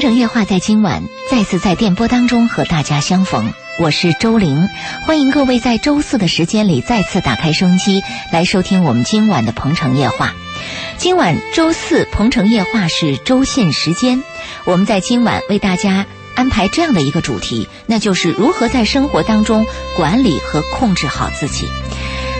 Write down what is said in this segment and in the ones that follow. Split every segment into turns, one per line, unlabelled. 城夜话在今晚再次在电波当中和大家相逢，我是周玲，欢迎各位在周四的时间里再次打开收音机来收听我们今晚的《鹏城夜话》。今晚周四《鹏城夜话》是周信时间，我们在今晚为大家安排这样的一个主题，那就是如何在生活当中管理和控制好自己。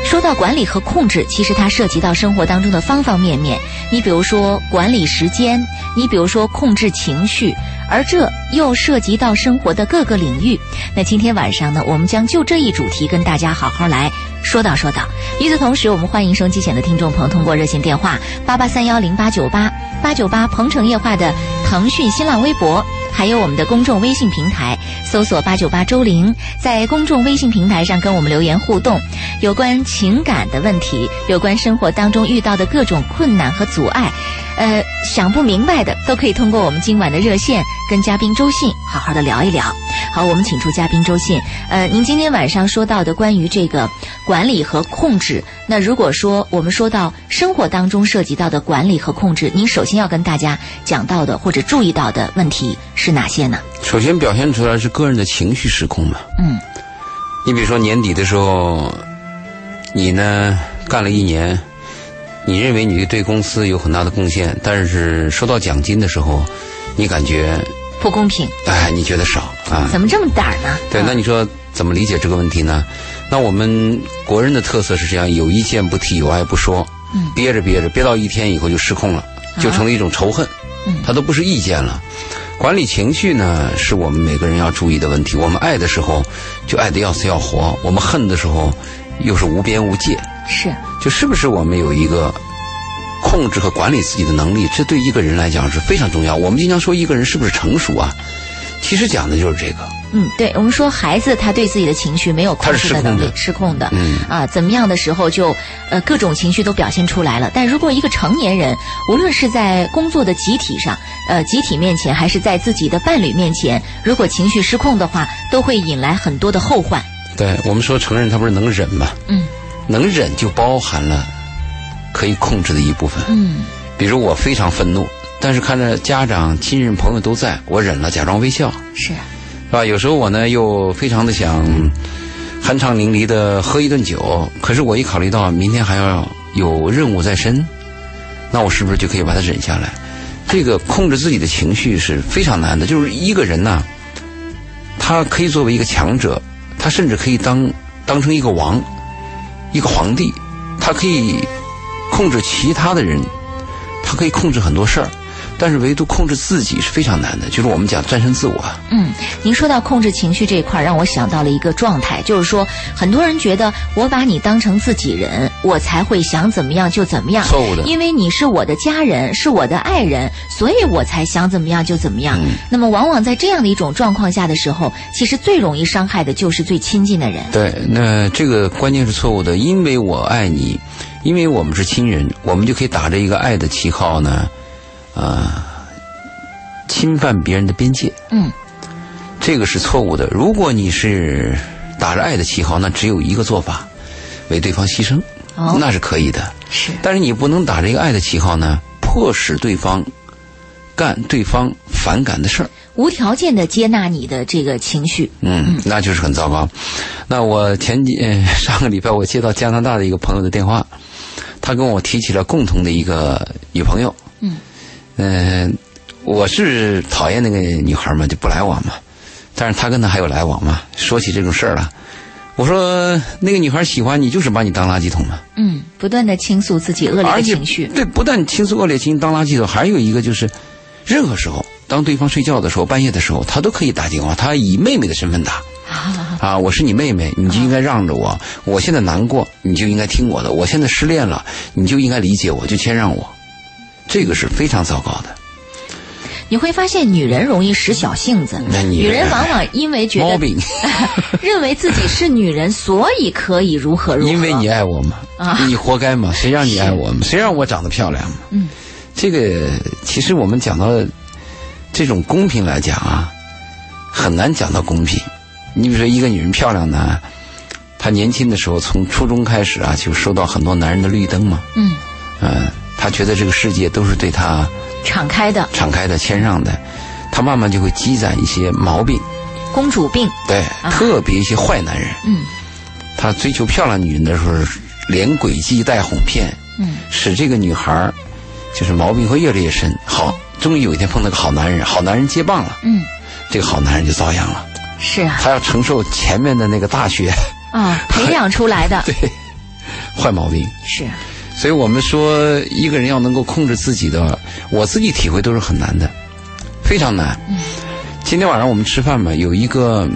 说到管理和控制，其实它涉及到生活当中的方方面面。你比如说管理时间，你比如说控制情绪，而这又涉及到生活的各个领域。那今天晚上呢，我们将就这一主题跟大家好好来说道说道。与此同时，我们欢迎收机前的听众朋友通过热线电话八八三幺零八九八八九八鹏城夜话的腾讯、新浪微博。还有我们的公众微信平台，搜索“八九八周玲”，在公众微信平台上跟我们留言互动，有关情感的问题，有关生活当中遇到的各种困难和阻碍，呃，想不明白的都可以通过我们今晚的热线跟嘉宾周信好好的聊一聊。好，我们请出嘉宾周信。呃，您今天晚上说到的关于这个管理和控制，那如果说我们说到生活当中涉及到的管理和控制，您首先要跟大家讲到的或者注意到的问题是哪些呢？
首先表现出来是个人的情绪失控嘛。
嗯
你比如说年底的时候，你呢干了一年，你认为你对公司有很大的贡献，但是收到奖金的时候，你感觉
不公平，
哎，你觉得少啊？
怎么这么胆儿呢？
对，那你说怎么理解这个问题呢？那我们国人的特色是这样：有意见不提，有爱不说，
嗯啊
憋着憋着，憋到一天以后就失控了，就成了一种仇恨
嗯，
它都不是意见了。管理情绪呢，是我们每个人要注意的问题。我们爱的时候就爱得要死要活，我们恨的时候又是无边无界，
啊是，
就是不是我们有一个控制和管理自己的能力，这对一个人来讲是非常重要。我们经常说一个人是不是成熟啊，其实讲的就是这个。
嗯，对，我们说孩子他对自己的情绪没有控制的能力
他，
失控的，
嗯
啊，怎么样的时候就呃各种情绪都表现出来了。但如果一个成年人，无论是在工作的集体上，呃集体面前，还是在自己的伴侣面前，如果情绪失控的话，都会引来很多的后患。
对我们说成人他不是能忍吗？
嗯
能忍就包含了可以控制的一部分。
嗯
比如我非常愤怒，但是看着家长、亲人、朋友都在，我忍了，假装微笑，
是，
是吧？有时候我呢又非常的想酣畅淋漓的喝一顿酒，可是我一考虑到明天还要有任务在身，那我是不是就可以把它忍下来？这个控制自己的情绪是非常难的，就是一个人呐、他可以作为一个强者，他甚至可以当当成一个王，一个皇帝，他可以控制其他的人，他可以控制很多事儿，但是唯独控制自己是非常难的，就是我们讲战胜自我啊。
嗯，您说到控制情绪这一块儿，让我想到了一个状态，就是说，很多人觉得我把你当成自己人，我才会想怎么样就怎么样。
错误的
因为你是我的家人，是我的爱人，所以我才想怎么样就怎么样。
嗯
那么，往往在这样的一种状况下的时候，其实最容易伤害的就是最亲近的人。
对，那这个观念是错误的，因为我爱你，因为我们是亲人，我们就可以打着一个爱的旗号呢，啊，侵犯别人的边界，
嗯，
这个是错误的。如果你是打着爱的旗号，那只有一个做法，为对方牺牲，
哦
那是可以的。
是，
但是你不能打着一个爱的旗号呢，迫使对方干对方反感的事儿。
无条件的接纳你的这个情绪。
嗯，那就是很糟糕。那我前几、呃、 上个礼拜我接到加拿大的一个朋友的电话，他跟我提起了共同的一个女朋友。
嗯，
嗯、我是讨厌那个女孩嘛，就不来往嘛。但是他跟她还有来往嘛。说起这种事儿了，我说那个女孩喜欢你，就是把你当垃圾桶嘛。
嗯，不断的倾诉自己恶劣
而
的
且
情绪。
对，不但倾诉恶劣情绪当垃圾桶，还有一个就是，任何时候，当对方睡觉的时候、半夜的时候，他都可以打电话，他以妹妹的身份打。
啊，
啊，我是你妹妹，你就应该让着我。我现在难过，你就应该听我的。我现在失恋了，你就应该理解我，就谦让我。这个是非常糟糕的。
你会发现女人容易使小性子，
那你
女人往往因为觉
毛
得
病，
认为自己是女人，所以可以如何如何。
因为你爱我嘛，
啊
你活该嘛，谁让你爱我嘛，谁让我长得漂亮嘛。
嗯，
这个其实我们讲到这种公平来讲啊，很难讲到公平。你比如说，一个女人漂亮呢，她年轻的时候从初中开始啊，就受到很多男人的绿灯嘛。呃
嗯，
嗯，他觉得这个世界都是对他
敞开的，
敞开的、谦让的。他慢慢就会积攒一些毛病，
公主病，
对，
啊
特别一些坏男人，
嗯
他追求漂亮女人的时候，连诡计带哄骗，
嗯
使这个女孩儿就是毛病会越来越深。好，终于有一天碰到个好男人，好男人接棒了，
嗯，
这个好男人就遭殃了，
是啊
他要承受前面的那个大学
啊，培养出来的，
对坏毛病。
是
所以我们说，一个人要能够控制自己的，我自己体会都是很难的，非常难。今天晚上我们吃饭吧，有一个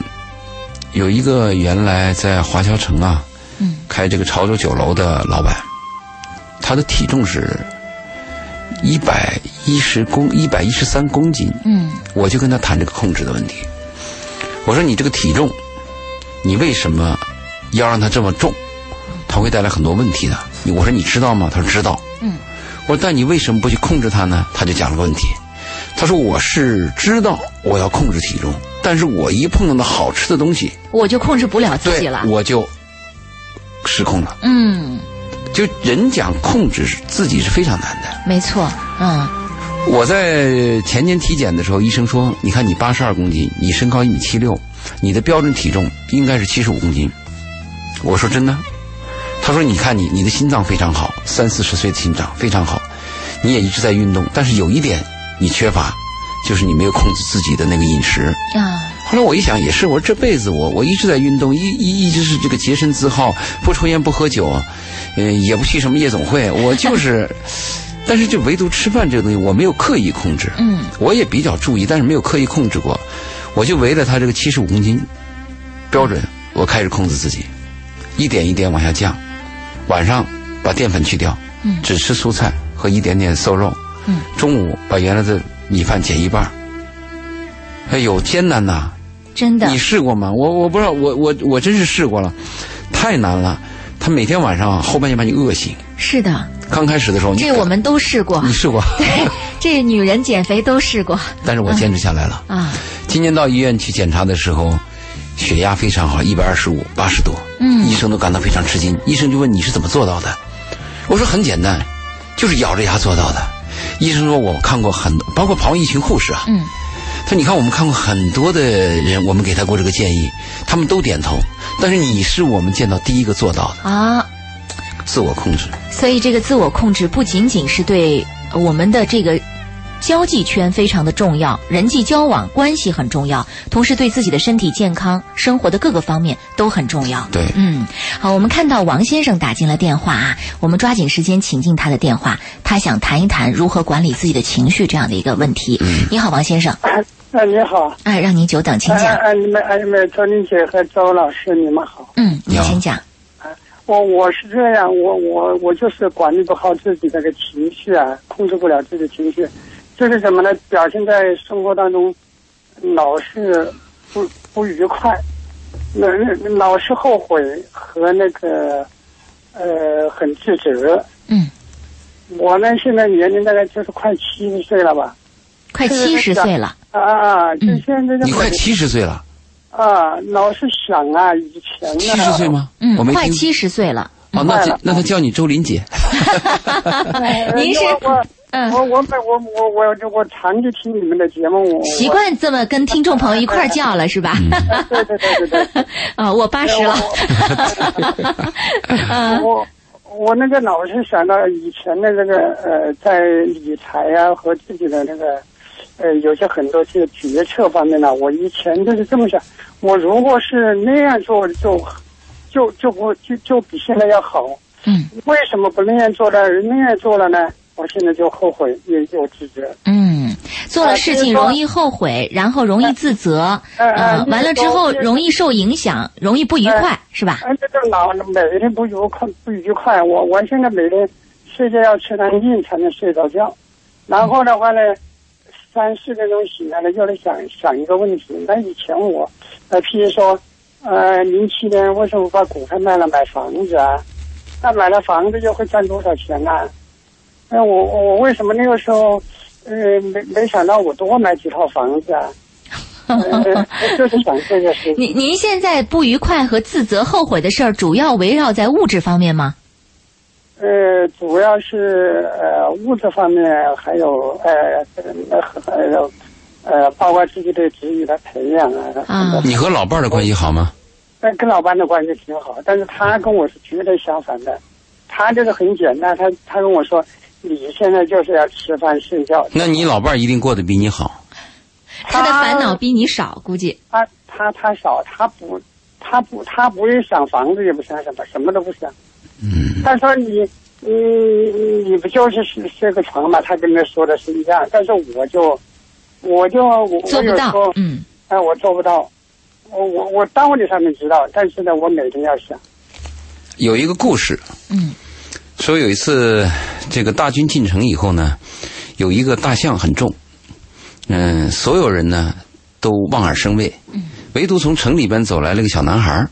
有一个原来在华侨城啊，
嗯
开这个潮州酒楼的老板，他的体重是一百一十公一百一十三公斤，
嗯
我就跟他谈这个控制的问题。我说你这个体重，你为什么要让它这么重？它会带来很多问题的。你我说你知道吗？他说知道。
嗯
我说但你为什么不去控制它呢？他就讲了个问题。他说我是知道我要控制体重，但是我一碰到那好吃的东西，
我就控制不了自己
对
了，
我就失控了。
嗯，
就人讲控制是自己是非常难的。
没错，嗯
我在前年体检的时候，医生说：“你看你八十二公斤，你身高一米七六，你的标准体重应该是七十五公斤。”我说：“真的？”他说：“你看你，你的心脏非常好，三四十岁的心脏非常好，你也一直在运动，但是有一点你缺乏，就是你没有控制自己的那个饮食。”
啊
后来我一想也是，我说这辈子我我一直在运动，一一一直是这个洁身自好，不抽烟不喝酒，嗯、也不去什么夜总会，我就是， 但是就唯独吃饭这个东西我没有刻意控制，
嗯，
我也比较注意，但是没有刻意控制过，我就围着他这个七十五公斤标准，我开始控制自己，一点一点往下降，晚上把淀粉去掉，
嗯
只吃蔬菜和一点点瘦肉，
嗯，
中午把原来的米饭减一半儿，哎呦艰难呐、
真的
你试过吗？我我不知道，我我我真是试过了，太难了。他每天晚上啊后半夜把你饿醒。
是的，
刚开始的时候，你嗯
这我们都试过
你，试过，
对，这女人减肥都试过
但是我坚持下来了。
啊，
今年到医院去检查的时候，血压非常好，一百二十五，八十多。
嗯
医生都感到非常吃惊。医生就问你是怎么做到的？我说很简单，就是咬着牙做到的。医生说我看过很多，包括旁边一群护士啊，
嗯
他说：“你看，我们看过很多的人，我们给他过这个建议，他们都点头。但是你是我们见到第一个做到的，
啊，
自我控制。
所以这个自我控制不仅仅是对我们的这个交际圈非常的重要，人际交往关系很重要，同时对自己的身体健康、生活的各个方面都很重要。
对
嗯，好，我们看到王先生打进了电话啊，我们抓紧时间请进他的电话，他想谈一谈如何管理自己的情绪这样的一个问题。你好，王先生，
哎，哎，你好，
哎，让您久等，请
哎
讲。
哎，你们哎，你们周玲姐和周老师，你们好。
嗯，您
你好
请讲。
我我是这样，我我我就是管理不好自己这个情绪啊，控制不了自己的情绪，就是什么呢？表现在生活当中，老是不不愉快，那老是后悔和那个呃很自责。
嗯，
我呢，现在年龄大概就是快七十岁了吧？
快
这个
七十
讲
岁了，
啊啊，啊！就
嗯
现在这
你快
个
七十岁了，
啊，老是想啊，以前呢，
七十岁吗？
嗯
我，没
快
听。
七十岁了。
哦，
快
那
了
那他叫你周林姐，
呃
您是
我
嗯
我我我我我我我长期听你们的节目，我
习。惯这么跟听众朋友一块儿叫了是吧？
我对对对对对，
啊，我八十了，嗯
我我那个老是想到以前的这个呃，在理财呀、和自己的那个呃，有些很多这个决策方面呢，我以前就是这么想，我如果是那样做就就就不就就比现在要好。
嗯
为什么不那样做呢？那样做了呢，我现在就后悔，也有自责。
嗯，做了事情容易后悔，然后容易自责，
呃
啊，完了之后容
易。
易受影响，容易不愉快，是吧？
哎，这个老每天不愉快，不愉快。我我现在每天睡觉要吃点硬才能睡着觉，然后的话呢，三四点钟醒来了，又得想想一个问题。那以前我，呃，譬如说，呃，零七年为什么把股票卖了买房子啊？那买了房子又会赚多少钱啊？那我我我为什么那个时候，呃，没没想到我多买几套房子啊？呃、就是想这个事情。
您您现在不愉快和自责、后悔的事儿，主要围绕在物质方面
啊
吗？
呃，主要是呃物质方面，还有呃呃呃呃，包括自己对子女的培养啊。
啊
你和老伴儿的关系好吗？
但跟老伴的关系挺好，但是他跟我是绝对相反的，他这个很简单，他他跟我说，你现在就是要吃饭睡觉。
那你老伴儿一定过得比你好。
他
他的烦恼比你少，估计
他他他少，他不他不他不是想房子也不想什么，什么都不想。
嗯，
他说你你你不就是睡睡个床嘛？他跟他说的是一样，但是我就我就我
做不到
我有时候。
嗯，
哎，我做不到，我我我道理上面知道，但是呢，我每天要想。
有一个故事，
嗯
说有一次这个大军进城以后呢，有一个大象很重，嗯，所有人呢都望而生畏，唯独从城里边走来了个小男孩儿，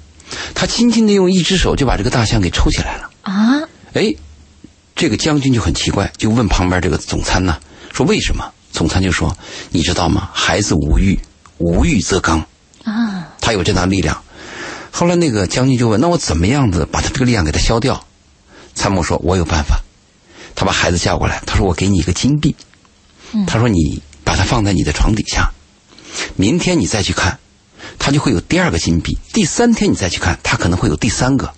他轻轻的用一只手就把这个大象给抽起来了。
啊，
哎，这个将军就很奇怪，就问旁边这个总参呐，说为什么？总参就说：“你知道吗？孩子无欲，无欲则刚
啊，
他有这大力量。”后来那个将军就问：“那我怎么样子把他这个力量给他消掉？”参谋说：“我有办法。”他把孩子叫过来，他说：“我给你一个金币，
嗯
他说你把它放在你的床底下，明天你再去看，它就会有第二个金币；第三天你再去看，它可能会有第三个。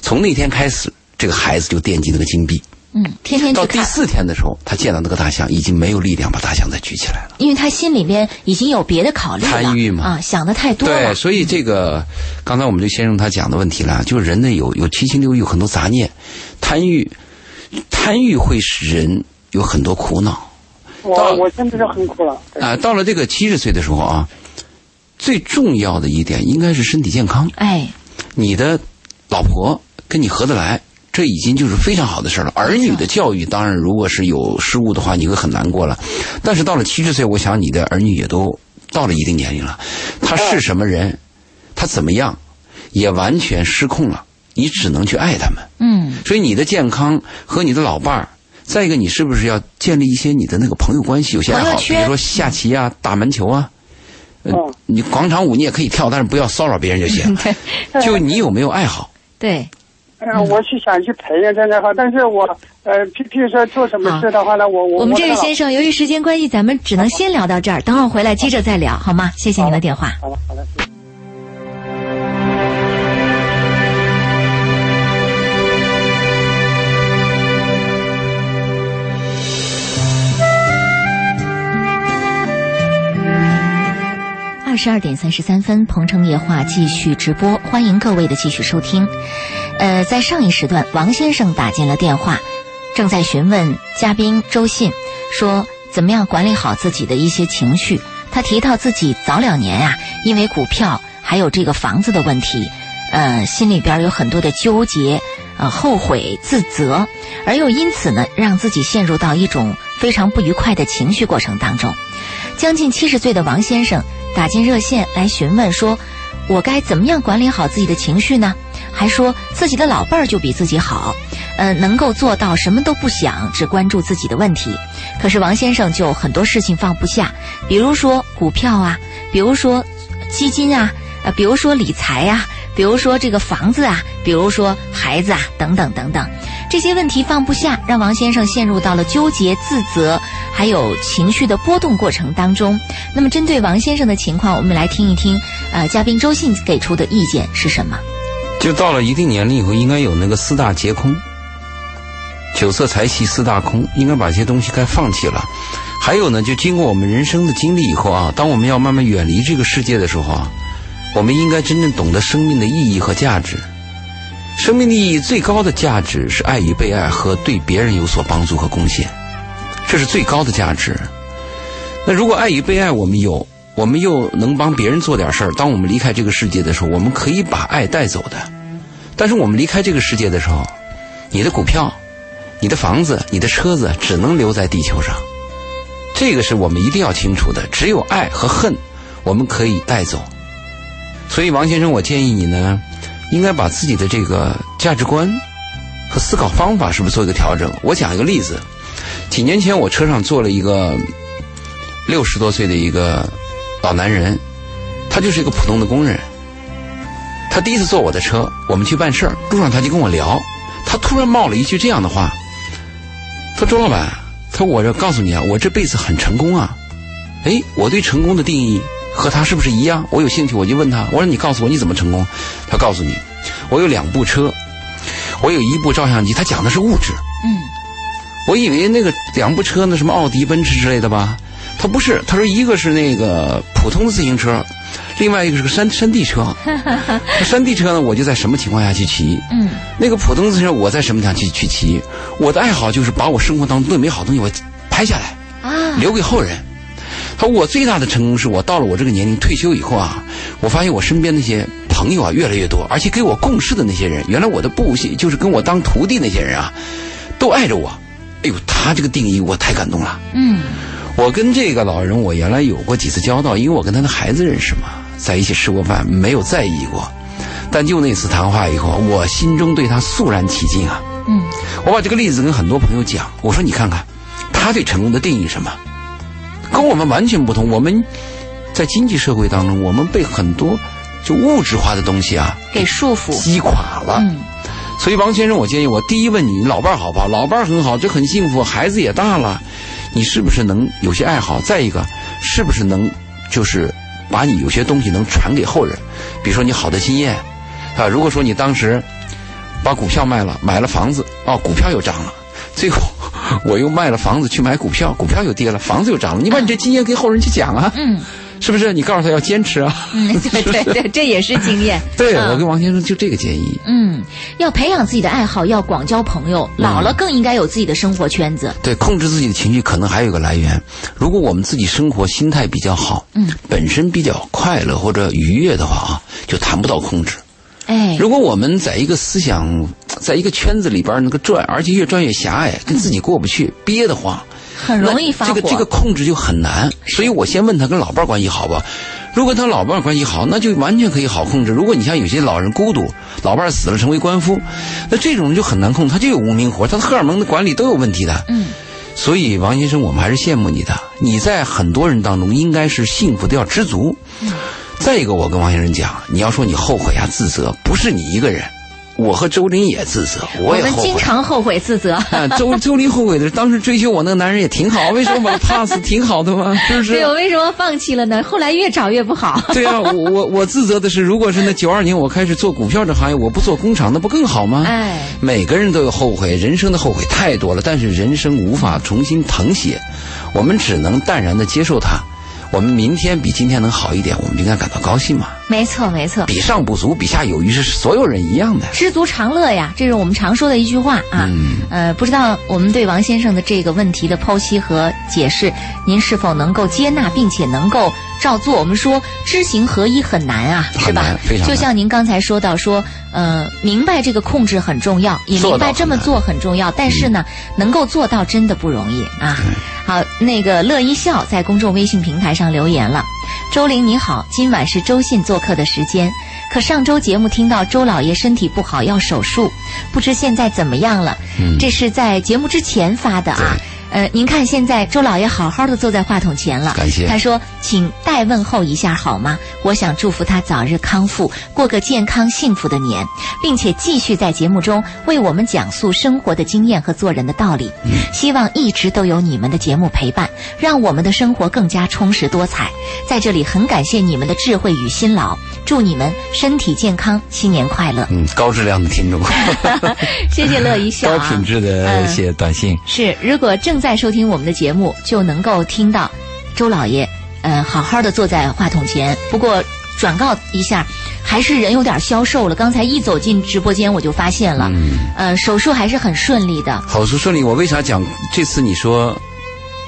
从那天开始，这个孩子就惦记那个金币。”
嗯，天天
到
去
第
看，
四天的时候，他见到那个大象已经没有力量把大象再举起来了。
因为他心里边已经有别的考虑了，
贪欲嘛
啊，想的太多
对，
了，
所以这个刚才我们这先生他讲的问题了，就是人呢有有七情六欲，有很多杂念，贪欲，贪欲会使人有很多苦恼到
我我现在就很苦恼。对
啊、到了这个七十岁的时候啊，最重要的一点应该是身体健康，
哎，
你的老婆跟你合得来。这已经就是非常好的事儿了。儿女的教育，当然如果是有失误的话，你会很难过了。但是到了七十岁，我想你的儿女也都到了一定年龄了，他是什么人，他怎么样，也完全失控了。你只能去爱他们。
嗯
所以你的健康和你的老伴儿，再一个你是不是要建立一些你的那个朋友关系？有些爱
朋
好，
友
比
圈
如说下棋啊、打门球啊，呃
嗯
你广场舞你也可以跳，但是不要骚扰别人 就行。
对
就你有没有爱好？
对，
呃，我是想去培养这个好，但是我呃，譬譬如说做什么事的话呢，我我
我们这位
看
先生，由于时间关系，咱们只能先聊到这儿，等会儿回来接着再聊，好吗？谢谢您的电话。
好了好了。谢谢
二十二点三十三分，鹏城夜话继续直播，欢迎各位的继续收听。呃，在上一时段，王先生打进了电话，正在询问嘉宾周信说怎么样管理好自己的一些情绪。他提到自己早两年啊，因为股票还有这个房子的问题，呃，心里边有很多的纠结、呃后悔、自责，而又因此呢，让自己陷入到一种非常不愉快的情绪过程当中。将近七十岁的王先生打进热线来询问说：“我该怎么样管理好自己的情绪呢？”还说自己的老伴儿就比自己好，呃，能够做到什么都不想，只关注自己的问题。可是王先生就很多事情放不下，比如说股票啊，比如说基金啊，呃，比如说理财呀、比如说这个房子啊，比如说孩子啊，等等等等，这些问题放不下，让王先生陷入到了纠结、自责，还有情绪的波动过程当中。那么，针对王先生的情况，我们来听一听，呃，嘉宾周信给出的意见是什么？
就到了一定年龄以后，应该有那个四大皆空，酒色财气四大空，应该把这些东西该放弃了。还有呢，就经过我们人生的经历以后啊，当我们要慢慢远离这个世界的时候啊，我们应该真正懂得生命的意义和价值。生命的意义最高的价值是爱与被爱和对别人有所帮助和贡献，这是最高的价值。那如果爱与被爱我们有，我们又能帮别人做点事儿，当我们离开这个世界的时候，我们可以把爱带走的。但是我们离开这个世界的时候，你的股票、你的房子、你的车子只能留在地球上，这个是我们一定要清楚的。只有爱和恨，我们可以带走。所以，王先生，我建议你呢，应该把自己的这个价值观和思考方法是不是做一个调整？我讲一个例子，几年前我车上坐了一个六十多岁的一个老男人，他就是一个普通的工人。他第一次坐我的车，我们去办事儿，路上他就跟我聊，他突然冒了一句这样的话：“他说周老板，他说我这告诉你啊，我这辈子很成功啊。”哎，我对成功的定义和他是不是一样？我有兴趣，我就问他，我说你告诉我你怎么成功？他告诉你，我有两部车，我有一部照相机。他讲的是物质，
嗯，
我以为那个两部车呢，什么奥迪、奔驰之类的吧，他不是，他说一个是那个普通的自行车，另外一个是个山山地车。那山地车呢，我就在什么情况下去骑？
嗯，
那个普通自行车我在什么情况下去去骑？我的爱好就是把我生活当中最美好的东西我拍下来。
啊，
留给后人。他说我最大的成功是我到了我这个年龄退休以后啊，我发现我身边那些朋友啊越来越多，而且给我共事的那些人，原来我的部下就是跟我当徒弟那些人啊，都爱着我。哎呦，他这个定义我太感动了。
嗯，
我跟这个老人，我原来有过几次交道，因为我跟他的孩子认识嘛，在一起吃过饭，没有在意过。但就那次谈话以后，我心中对他肃然起敬啊。
嗯，
我把这个例子跟很多朋友讲，我说你看看，他对成功的定义是什么，跟我们完全不同。我们在经济社会当中，我们被很多就物质化的东西啊
给束缚，
击垮了。
嗯
所以王先生，我建议我第一问你，老伴儿好不好？老伴儿很好，这很幸福，孩子也大了，你是不是能有些爱好？再一个，是不是能就是把你有些东西能传给后人？比如说你好的经验啊，如果说你当时把股票卖了，买了房子，哦，股票又涨了。最后，我又卖了房子去买股票，股票又跌了，房子又涨了。你把你这经验给后人去讲啊，
嗯
是不是？你告诉他要坚持啊。
嗯，对对对，这也是经验。
对，
啊
我跟王先生就这个建议。
嗯，要培养自己的爱好，要广交朋友，
嗯
老了更应该有自己的生活圈子。
对，控制自己的情绪可能还有一个来源。如果我们自己生活心态比较好，
嗯，
本身比较快乐或者愉悦的话啊，就谈不到控制。
哎，
如果我们在一个思想，在一个圈子里边儿那个转，而且越转越狭隘，跟自己过不去，憋得慌，
很容易发
那
火。
这个这个控制就很难。所以我先问他跟老伴儿关系好吧。如果他老伴儿关系好，那就完全可以好控制。如果你像有些老人孤独，老伴儿死了成为官夫，那这种人就很难控制，他就有无名火，他的荷尔蒙的管理都有问题的。
嗯，
所以王先生，我们还是羡慕你的。你在很多人当中应该是幸福的，要知足。
嗯
再一个，我跟王先生讲，你要说你后悔啊、自责，不是你一个人，我和周林也自责，
我
也
们
后悔
经。常后悔自责。
啊，周周林后悔的是，当时追求我那个男人也挺好，为什么把他 pass 挺好的嘛，是不是
对，？我为什么放弃了呢？后来越找越不好。
对啊，我我我自责的是，如果是那九二年我开始做股票这行业，我不做工厂，那不更好吗？
哎，
每个人都有后悔，人生的后悔太多了，但是人生无法重新誊写，我们只能淡然的接受它。我们明天比今天能好一点，我们就应该感到高兴嘛。
没错没错，
比上不足，比下有余，是所有人一样的。
知足常乐呀，这是我们常说的一句话啊。
嗯
呃，不知道我们对王先生的这个问题的剖析和解释，您是否能够接纳并且能够照做？我们说知行合一很难啊，是
很难
吧？
非常难
就像您刚才说到说，呃，明白这个控制很重要，也
做
明白
到很
这么
难嗯
做很重要，但是呢，能够做到真的不容易啊。好，那个乐一笑在公众微信平台上留言了。周玲你好，今晚是周信做客的时间。可上周节目听到周老爷身体不好要手术，不知现在怎么样了？
嗯
这是在节目之前发的啊
对。
呃，您看现在周老爷好好的坐在话筒前了，
感谢
他说：“请代问候一下好吗？我想祝福他早日康复，过个健康幸福的年，并且继续在节目中为我们讲述生活的经验和做人的道理。
嗯
希望一直都有你们的节目陪伴，让我们的生活更加充实多彩。在这里很感谢你们的智慧与辛劳，祝你们身体健康，新年快乐！
嗯，高质量的听众，
谢谢乐一笑、
高
啊，
品质的写短信。
是，如果正在收听我们的节目，就能够听到周老爷，呃，好好的坐在话筒前。不过转告一下，还是人有点消瘦了。刚才一走进直播间，我就发现了，
嗯
呃，手术还是很顺利的。
好说顺利，我为啥讲这次你说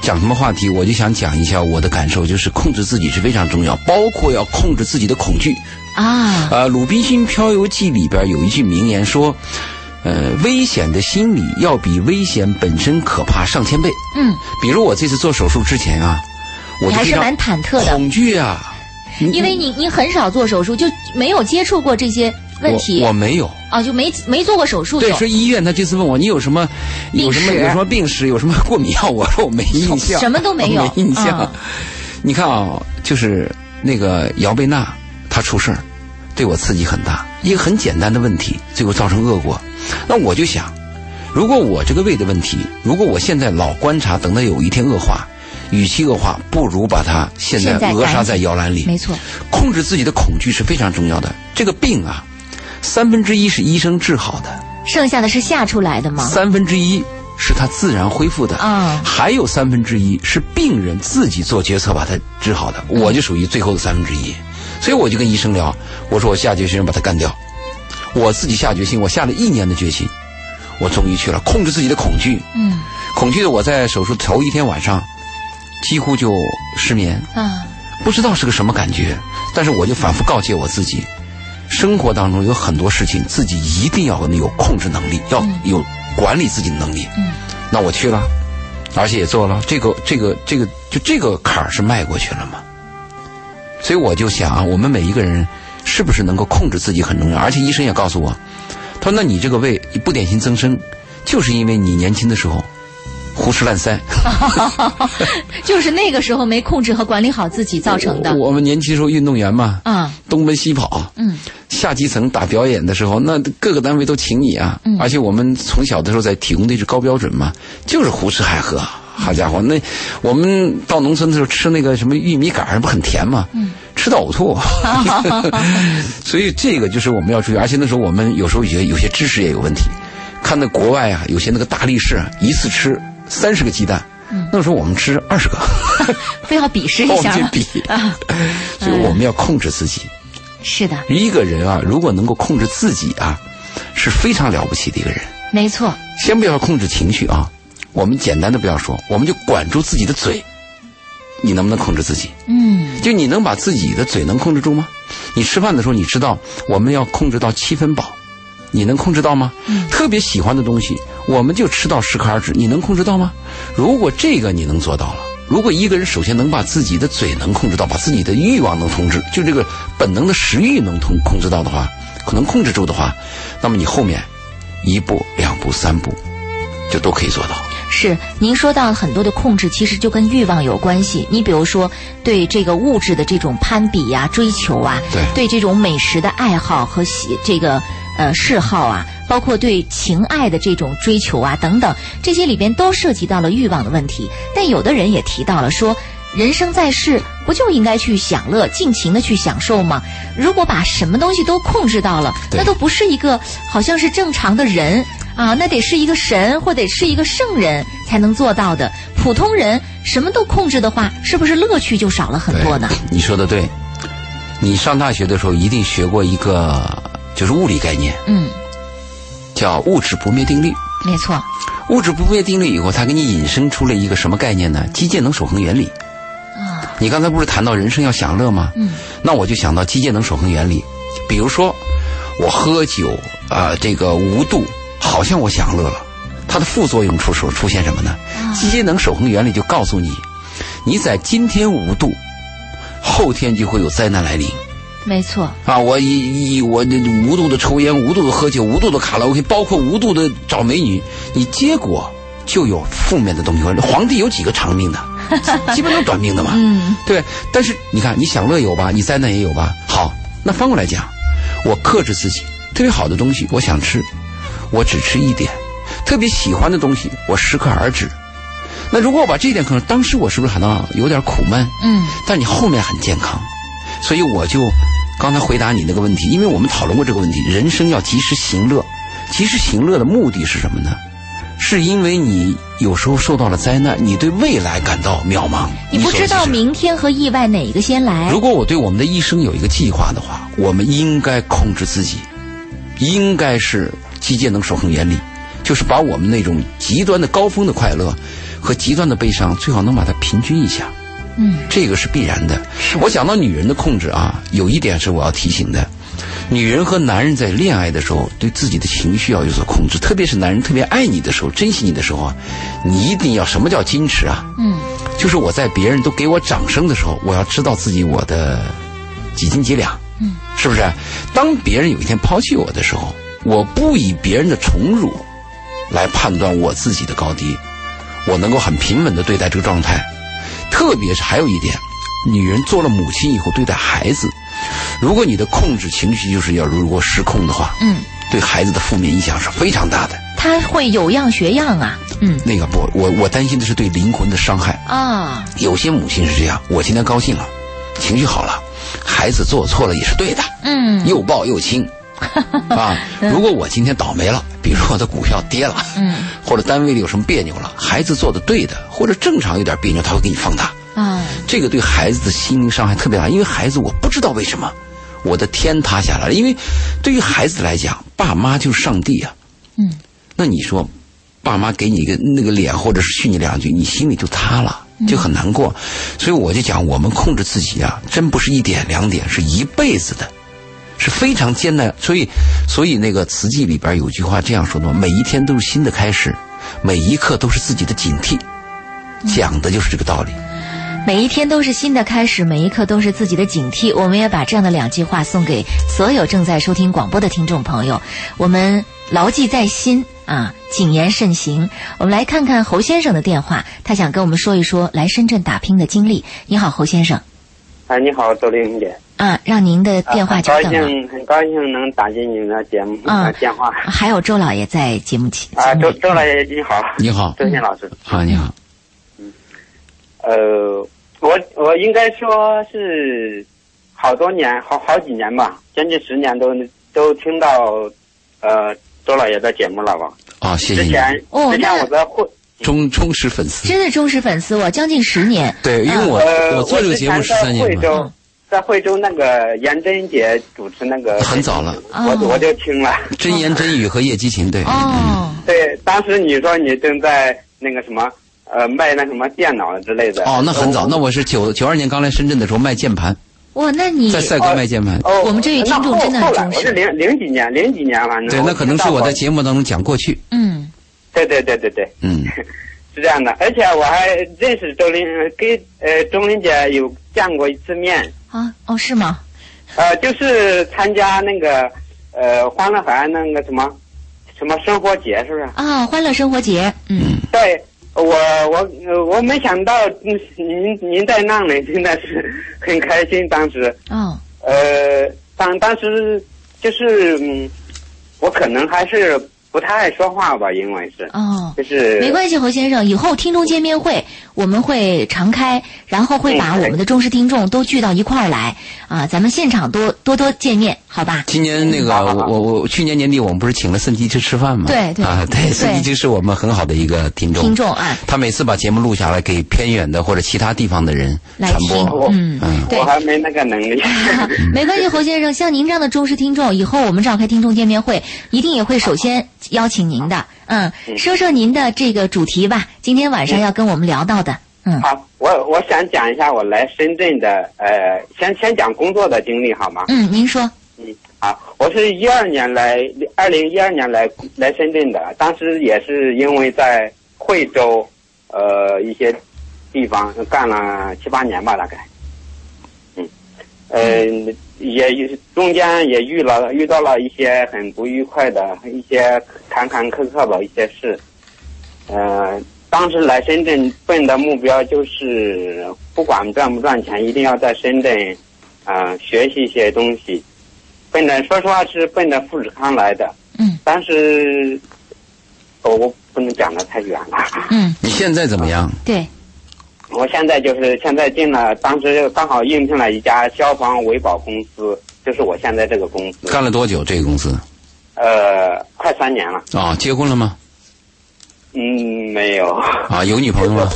讲什么话题，我就想讲一下我的感受，就是控制自己是非常重要，包括要控制自己的恐惧。
啊，
呃，《鲁滨逊漂游记》里边有一句名言说：“呃，危险的心理要比危险本身可怕上千倍。
嗯，”
比如我这次做手术之前啊，我
你
就
还
非
是
常
蛮忐忑的，
恐惧啊，
因为你你很少做手术，就没有接触过这些问题
我我没有。
啊，就没没做过手术就
对，说医院他这次问我你有什么，
病
有什么
史
有什么病史，有什么过敏药，我说我没印象，
什么都没有
我没印象。
嗯
你看啊、就是那个姚贝娜，她出事儿，对我刺激很大，一个很简单的问题，最后造成恶果。那我就想，如果我这个胃的问题，如果我现在老观察，等到有一天恶化，与其恶化，不如把它现在扼杀在摇篮里。
没错，
控制自己的恐惧是非常重要的。这个病啊，三分之一是医生治好的，
剩下的是吓出来的吗？
三分之一是它自然恢复的，
啊
还有三分之一是病人自己做决策把它治好的。我就属于最后的三分之一，所以我就跟医生聊，我说我下决心把它干掉，我自己下决心，我下了一年的决心，我终于去了，控制自己的恐惧。
嗯
恐惧的我在手术头一天晚上，几乎就失眠，
啊，
不知道是个什么感觉。但是我就反复告诫我自己，生活当中有很多事情自己一定要有控制能力，要有管理自己的能力。
嗯，
那我去了，而且也做了，这个这个这个就这个坎儿是迈过去了嘛。所以我就想啊，我们每一个人是不是能够控制自己很重要。而且医生也告诉我，他说：“那你这个胃不典型增生，就是因为你年轻的时候胡吃烂塞。”
就是那个时候没控制和管理好自己造成的。
我我们年轻时候运动员嘛，
啊，
东奔西跑，
嗯
下基层打表演的时候，那各个单位都请你啊。
嗯
而且我们从小的时候在体工队是高标准嘛，就是胡吃海喝。好家伙，那我们到农村的时候吃那个什么玉米杆儿，不很甜吗？嗯，吃到呕吐。 所以这个就是我们要注意，而且那时候我们有时候也有些知识也有问题。看那国外啊，有些那个大力士啊，一次吃三十个鸡蛋，
嗯
那时候我们吃二十个。
非要比 试一
帮我们
下
去
了。
比， 所以我们要控制自己。
是的，
一个人啊，如果能够控制自己啊，是非常了不起的一个人。
没错。
先不要控制情绪啊，我们简单的不要说，我们就管住自己的嘴。你能不能控制自己？
嗯
就你能把自己的嘴能控制住吗？你吃饭的时候，你知道我们要控制到七分饱，你能控制到吗？特别喜欢的东西，我们就吃到适可而止，你能控制到吗？如果这个你能做到了，如果一个人首先能把自己的嘴能控制到，把自己的欲望能控制，就这个本能的食欲能控控制到的话，可能控制住的话，那么你后面一步、两步、三步，就都可以做到。
是，您说到很多的控制，其实就跟欲望有关系。你比如说，对这个物质的这种攀比呀、追求啊，
对
这种美食的爱好和喜这个呃嗜好啊，包括对情爱的这种追求啊等等，这些里边都涉及到了欲望的问题。但有的人也提到了说。人生在世，不就应该去享乐、尽情的去享受吗？如果把什么东西都控制到了，
对
那都不是一个好像是正常的人啊，那得是一个神或得是一个圣人才能做到的。普通人什么都控制的话，是不是乐趣就少了很多呢？
你说的对，你上大学的时候一定学过一个就是物理概念，
嗯，
叫物质不灭定律。
没错，
物质不灭定律以后，它给你引申出了一个什么概念呢？机械能守恒原理。
啊，
你刚才不是谈到人生要享乐吗？
嗯，
那我就想到机械能守恒原理。比如说，我喝酒啊、这个无度，好像我享乐了，它的副作用出出出现什么呢？
啊
机械能守恒原理就告诉你，你在今天无度，后天就会有灾难来临。
没错，
啊，我一一我这无度的抽烟，无度的喝酒，无度的卡拉 OK，包括无度的找美女，你结果就有负面的东西。皇帝有几个长命的，基本都短命的嘛，
嗯，
对。但是你看，你享乐有吧，你灾难也有吧。好，那翻过来讲，我克制自己，特别好的东西我想吃，我只吃一点；特别喜欢的东西，我适可而止。那如果我把这一点克制，当时我是不是感到有点苦闷？
嗯，
但你后面很健康，所以我就刚才回答你那个问题，因为我们讨论过这个问题，人生要及时行乐，及时行乐的目的是什么呢？是因为你有时候受到了灾难，你对未来感到渺茫，
你不
所
知道
及时
明天和意外哪一个先来
如。果我对我们的一生有一个计划的话，我们应该控制自己，应该是机械能守恒原理，就是把我们那种极端的高峰的快乐和极端的悲伤，最好能把它平均一下。
嗯，
这个是必然的。我讲到女人的控制啊，有一点是我要提醒的：女人和男人在恋爱的时候，对自己的情绪要有所控制，特别是男人特别爱你的时候、珍惜你的时候啊，你一定要什么叫矜持啊？
嗯，
就是我在别人都给我掌声的时候，我要知道自己我的几斤几两，嗯，是不是？当别人有一天抛弃我的时候，我不以别人的宠辱来判断我自己的高低，我能够很平稳的对待这个状态。特别是还有一点，女人做了母亲以后对待孩子，如果你的控制情绪就是要如果失控的话，
嗯，
对孩子的负面影响是非常大的。
他会有样学样啊。嗯
那个不，我我担心的是对灵魂的伤害。
啊，
有些母亲是这样，我今天高兴了，情绪好了，孩子做错了也是对的，
嗯
又抱 又亲。啊，如果我今天倒霉了，比如说我的股票跌了，
嗯
或者单位里有什么别扭了，孩子做的对的，或者正常有点别扭，他会给你放大。
啊，
这个对孩子的心灵伤害特别大，因为孩子我不知道为什么我的天塌下来了，因为对于孩子来讲，爸妈就是上帝啊。
嗯，
那你说，爸妈给你一个那个脸，或者是训你两句，你心里就塌了，就很难过。所以我就讲，我们控制自己啊，真不是一点两点，是一辈子的。是非常艰难，所以，所以那个《词记》里边有句话这样说的嘛：每一天都是新的开始，每一刻都是自己的警惕，讲的就是这个道理。
每一天都是新的开始，每一刻都是自己的警惕。我们也把这样的两句话送给所有正在收听广播的听众朋友，我们牢记在心啊，谨言慎行。我们来看看侯先生的电话，他想跟我们说一说来深圳打拼的经历。你好，侯先生
哎，你好，周玲姐。
啊，让您的电
啊
话
很
久
高
等了。
兴，很高兴能打进你们的节目、
嗯
呃电话。
啊
还有周老爷在节目期节
啊，
目
周
里
周老爷你好，
你好，嗯
周信老师。
好，你好，
呃，我我应该说是好多年，好好几年吧，将近十年都都听到呃周老爷的节目了吧？
啊，谢谢
之
你，
前、
哦
之前
那
我在会
忠忠实粉丝。
真的忠实粉丝，我将近十年。
对，因为我、
呃
我做这个节目十
之前在
三年
惠
了，嗯
州，在惠州那个颜真姐主持那个
很早了，啊
我
哦
我就听了。
真言真语和叶基琴对，
哦，
对，当时你说你正在那个什么，呃，卖那什么电脑啊之类的。
哦，那很早，那
我
我是九九二年刚来深圳的时候卖键盘，
哇，那你
在赛格卖键盘，
哦，
我们这位听众
那后
真的很
后来
忠实
我是零零几年，零几年反正。
对，那可能是我在。节目当中讲过去，
嗯
对对对对对，
嗯，
是这样的，而且我还认识周林，呃跟呃钟林姐有见过一次面，
啊哦是吗？
呃，就是参加那个呃欢乐海岸那个什么什么生活节，是不是？
啊，欢乐生活节，嗯
对，我我呃我没想到嗯您您在那里，真的是很开心，当时。
嗯
哦
呃，当当时就是，嗯，我可能还是不太爱说话吧，因为是，
哦。
就是
没关系，侯先生，以后听众见面会我们会常开，然后会把
嗯
我
对
们的忠实听众都聚到一块儿来啊，咱们现场多多多见面，好吧？
今年那个
好好好
我我去年年底我们不是请了孙吉之吃饭吗？
对对
啊，对，
对
孙吉之是我们很好的一个听众，
听众啊，
他每次把节目录下来给偏远的或者其他地方的人
来
传播
听，，嗯，
嗯，
对嗯
我，还没那个能力。
没关系，侯先生，像您这样的忠实听众，以后我们召开听众见面会，一定也会首先邀请您的。嗯，说说您的这个主题吧，今天晚
嗯
上要跟我们聊到的。嗯，
好，我我想讲一下我来深圳的，呃，先先讲工作的经历好吗？
嗯，您说，
嗯，好，我是一二年来，二零一二年来来深圳的，当时也是因为在惠州，呃，一些地方干了七八年吧，大概，嗯，呃，也也中间也遇了遇到了一些很不愉快的一些坎坎坷坷的一些事，呃，当时来深圳奔的目标就是不管赚不赚钱，一定要在深圳，啊、学习一些东西。奔着说实话是奔着富士康来的，
嗯
但是、哦我不能讲的太远了。
嗯，
你现在怎么样？
对，
我现在就是现在进了，当时刚好应聘了一家消防维保公司，就是我现在这个公司，
干了多久这个公司？
呃，快三年了。
啊，结婚了吗？
嗯，没有，
啊，有女朋友吗？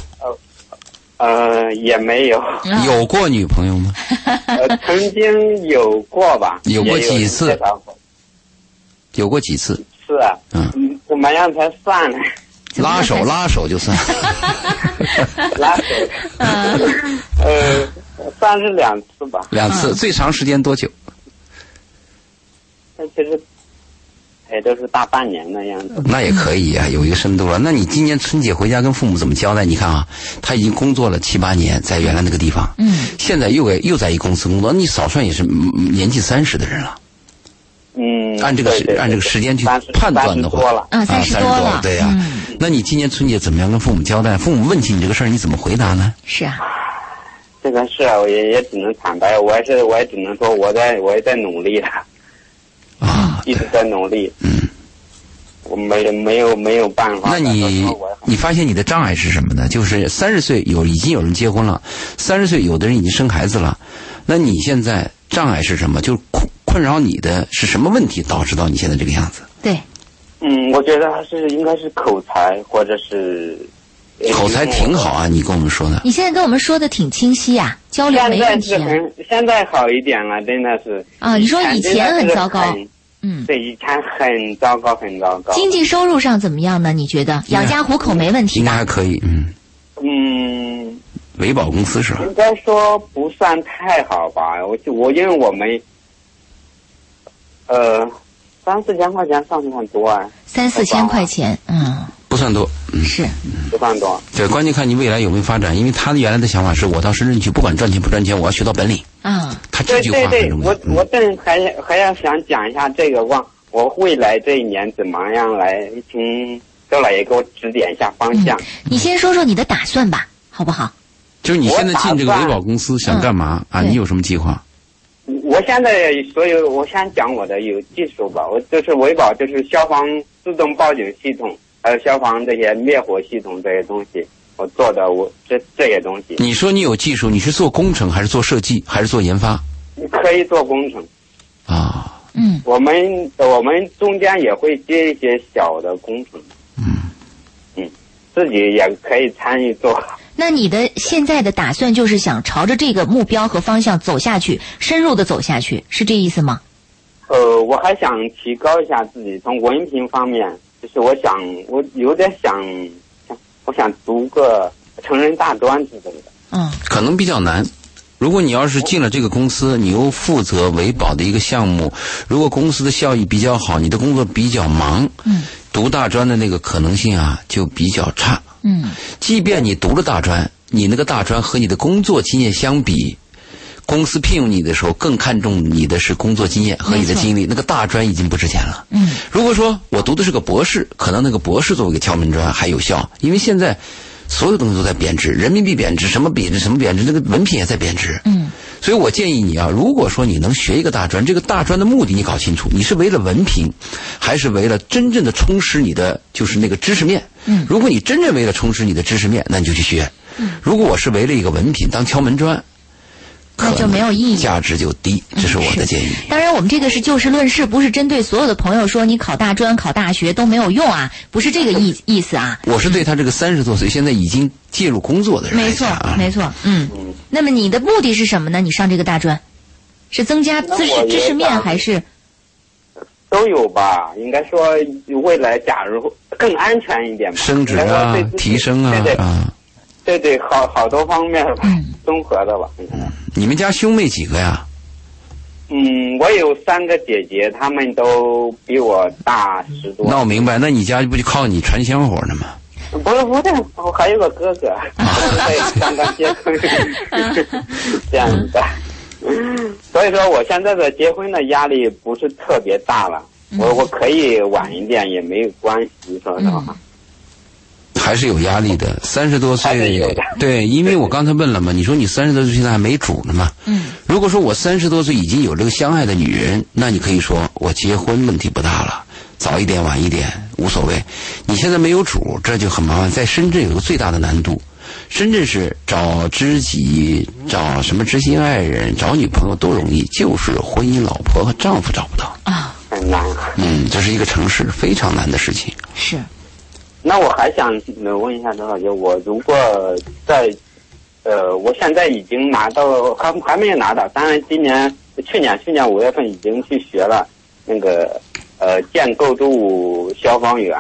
呃，也没有，
啊
有过女朋友吗？
呃，曾经有过吧，
有过
也
几次
介绍过
有过几次？
是啊，
嗯
嗯，怎么样才算呢？
怎么样
拉手
才
拉手 就算。
拉 手，呃，算是两次吧。
两
嗯
次，最长时间多久？
那其实，哎，都是大半年的样子。
那也可以啊，有一个深度了。那你今年春节回家跟父母怎么交代？你看啊，他已经工作了七八年，在原来那个地方，
嗯，
现在又给又在一公司工作，你少算也是嗯年近三十的人了。
嗯，
按这个时
对对对
按这个时间去
三十
判断的
三十
话
多了，
啊，
啊，
三
三
十
十
多了，
对呀、
嗯，
那你今年春节怎么样跟父母交代？父母问起你这个事儿，你怎么回答呢？
是啊，
这个事啊，我也也只能坦白，我也是，我也只能说我在我也在努力了，
嗯
啊，
一直在努力。
嗯，
我没没有没有办法。
那你你发现你的障碍是什么呢？就是三十岁有已经有人结婚了，三十岁有的人已经生孩子了，那你现在障碍是什么？就是困困扰你的是什么问题导致到你现在这个样子？
对，
嗯，我觉得还是应该是口才或者是哎
口才挺好啊，你跟我们说
嗯
的。
你现在跟我们说的挺清晰啊，交流
现
没
在
问题
是
啊。
很，现在好一点了，真的是。
啊你说以前很
真的是
糟糕
很
嗯，
对，以前很糟糕，很糟糕。
经济收入上怎么样呢？你觉得养家糊口没问题
应该
吧？
还可以，嗯，
嗯，
维保公司是吧？
应该说不算太好吧。我就我因为我们，呃，三四千块钱算不算多啊？
三四千块钱，嗯，
不算多，嗯，
是
不算多。
对，关键看你未来有没有发展。因为他的原来的想法是我到深圳去，不管赚钱不赚钱，我要学到本领。
啊，
他这
对
句
对
话很嗯
对，
重要
我。我正还还要想讲一下这个望，我未来这一年怎么样来，请周老爷给我指点一下方向。
嗯你先说说你的打算吧，好不好？
就是你现在进这个维保公司想
嗯
干嘛啊？
对
你有什么计划？嗯
我现在所有，我先讲我的有技术吧。我就是维保，就是消防自动报警系统，还有消防这些灭火系统这些东西，我做的我这这些东西，
你说你有技术，你是做工程还是做设计还是做研发
你可以做工程。
啊？
嗯，
我们我们中间也会接一些小的工程，
嗯，
嗯，自己也可以参与做。
那你的现在的打算就是想朝着这个目标和方向走下去，深入的走下去，是这意思吗？
呃，我还想提高一下自己，从文凭方面，就是我想，我有点想，我想读个成人大专之类的。
嗯，
可能比较难。如果你要是进了这个公司，你又负责维保的一个项目，如果公司的效益比较好，你的工作比较忙，
嗯，
读大专的那个可能性啊就比较差。
嗯，
即便你读了大专，你那个大专和你的工作经验相比，公司聘用你的时候更看重你的是工作经验和你的
没错
经历，那个大专已经不值钱了。
嗯，
如果说我读的是个博士，可能那个博士作为一个敲门砖还有效，因为现在所有东西都在贬值，人民币贬值，什么贬值什么贬值，那个文凭也在贬值。
嗯，
所以我建议你啊，如果说你能学一个大专，这个大专的目的你搞清楚，你是为了文凭，还是为了真正的充实你的就是那个知识面？
嗯
如果你真正为了充实你的知识面，那你就去学。嗯，如果我是为了一个文凭当敲门砖，
那就
可能
没有意义
价值就低。这是我的建议。
当然，我们这个是就事论事，不是针对所有的朋友说你考大专、考大学都没有用啊，不是这个意意思啊。
我是对他这个三十多岁现在已经介入工作的人来
没错
讲啊，，
没错，嗯。那么你的目的是什么呢？你上这个大专，是增加知
那我
识
也
知识面，
想
还是
都有吧，应该说未来假如更安全一点吧，
升职
应该说
啊
对自，己
提升啊嗯
对对
啊！
对对，好好多方面吧，综合的吧。
你们家兄妹几个呀？
嗯，我有三个姐姐，她们都比我大十多。
那我明白，那你家不就靠你传香火呢吗？
不是不是，我还有个哥哥，对，刚刚结婚， 这样子的。所以说，我现在的结婚的压力不是特别大了，我我可以晚一点也没有关系，说实话。
还是有压力的，三十多
还是有
岁
的，
对，因为我刚才问了嘛，你说你三十多岁现在还没主呢嘛？
嗯，
如果说我三十多岁已经有这个相爱的女人，那你可以说我结婚问题不大了，早一点晚一点无所谓。你现在没有主，这就很麻烦。在深圳有个最大的难度，深圳是找知己、找什么知心爱人、找女朋友都容易，就是婚姻、老婆和丈夫找不到。
啊？
很难。
嗯，这是一个城市非常难的事情。
是
那我还想呃问一下周老师，我如果在，呃，我现在已经拿到，还还没有拿到，当然今年、去年、去年五月份已经去学了那个，呃，建构筑消防员，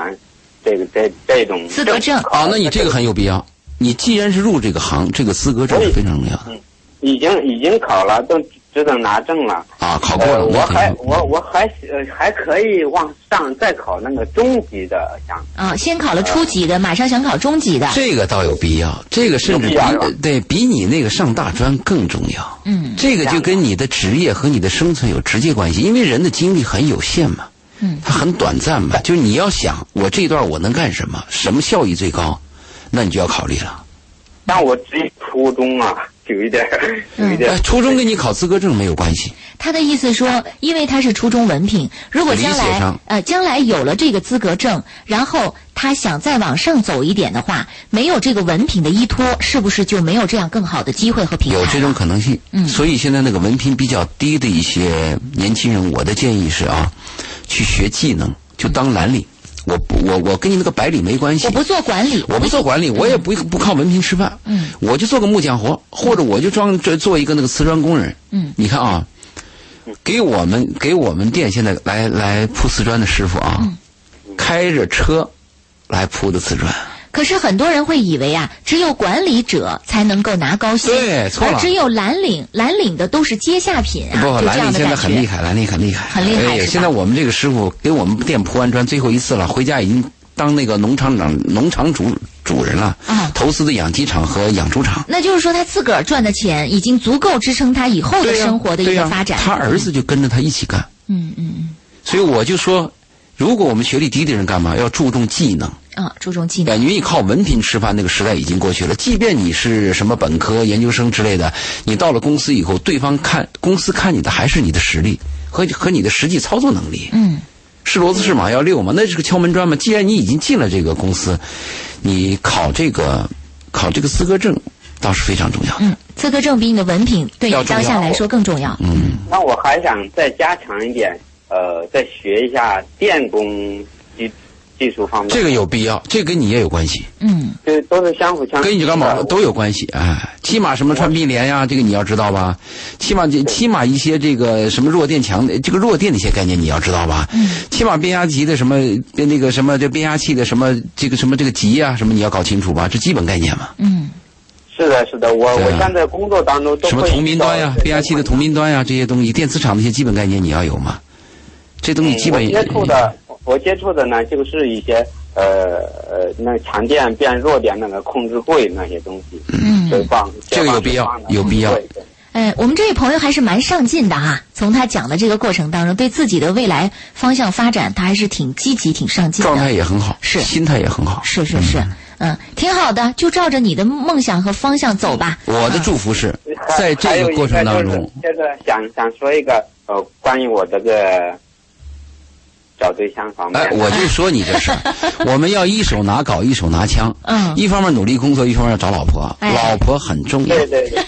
这个这这种
资格证
考
啊，那你这个很有必要。你既然是入这个行，这个资格证是非常重要的
已经已经考了，都只等拿证了。
啊，考过
呃，
了。
我
那很
还
有
我我还呃还可以往上再考那个中级的项目。
啊，先考了初级的，马上想考中级的，
这个倒有必要，这个甚至比
有必要是吧
对比你那个上大专更重要。
嗯
这
啊
个就跟你的职业和你的生存有直接关系，因为人的精力很有限嘛，
嗯
它很短暂嘛。
哎
就是你要想我这段我能干什么，什么效益最高，那你就要考虑了。
但我只有初中啊，久一点，久一点。
哎，初中跟你考资格证没有关系，
他的意思说，因为他是初中文凭，如果将
理解
来
上
呃将来有了这个资格证，然后他想再往上走一点的话，没有这个文凭的依托，是不是就没有这样更好的机会和平台？
有这种可能性。
嗯
所以现在那个文凭比较低的一些年轻人，我的建议是啊，去学技能，就当蓝领。我不我我跟你那个白领没关系
我，不做管理，
我不做管理，我也不不靠文凭吃饭，
嗯，
我就做个木匠活，或者我就装这做一个那个瓷砖工人，
嗯，
你看啊，给我们给我们店现在来来铺瓷砖的师傅啊，
嗯
开着车来铺的瓷砖，
可是很多人会以为啊，只有管理者才能够拿高薪，
对错了
而只有蓝领，蓝领的都是阶下品啊，
不，
就这
兰
样
陵
的
现
感
在很厉
觉。
害，兰陵很厉害，
很厉害
哎
是
呀
吧
现在我们这个师傅给我们店铺完砖最后一次了，回家已经当那个农场长、农场主主人了，
啊
投资的养鸡场和养猪场。
那就是说，他自个儿赚的钱已经足够支撑他以后的
对呀
生活的一
对
个
呀
发展。
他儿子就跟着他一起干。
嗯，嗯
所以我就说，如果我们学历低的人干嘛要注重技能？
嗯，啊，注重技能，
感觉你靠文凭吃饭那个时代已经过去了。即便你是什么本科、研究生之类的，你到了公司以后，对方看公司看你的还是你的实力和和你的实际操作能力。
嗯。
是骡子是马要遛嘛，那是个敲门砖嘛。既然你已经进了这个公司，你考这个考这个资格证倒是非常重要的。
嗯，资格证比你的文凭对你
要重
当
要
下来说更重要。
嗯，
那我还想再加强一点，呃，再学一下电工技技术方面，
这个有必要，这跟你也有关系，
嗯，
就都是啊相辅相成的。
跟你这个毛都有关系。哎，起码什么穿壁帘呀、这个你要知道吧？起码这起码一些这个什么弱电强的这个弱电的一些概念你要知道吧？嗯，起码变压级的什么变那个什么这变压器的什么这个什么这个级啊什么你要搞清楚吧？这基本概念嘛。
嗯
是的，是的，我
对啊
我现在工作当中都
什么
会
同频端呀
遇、到
变压器的同频端呀这些东西，电磁场那些基本概念你要有嘛？这东西基本、
嗯我接触的，我接触的呢，就是一些呃呃，那强电变弱电那个控制柜那些东西，嗯，放
这个有必要有必要
哎，我们这位朋友还是蛮上进的啊。从他讲的这个过程当中，对自己的未来方向发展，他还是挺积极、挺上进
状态
的。
也很好，
是
心态也很好。
是是是，嗯，挺好的，就照着你的梦想和方向走吧。
我的祝福是在
还啊 还
这
有
个
一
过程当
就是
中，
就是想想说一个呃，关于我这个找对象方面
哎，
的，
我就说你这事儿，我们要一手拿镐，一手拿枪。
嗯
一方面努力工作，一方面找老婆，
哎
老婆很重要。
对对对，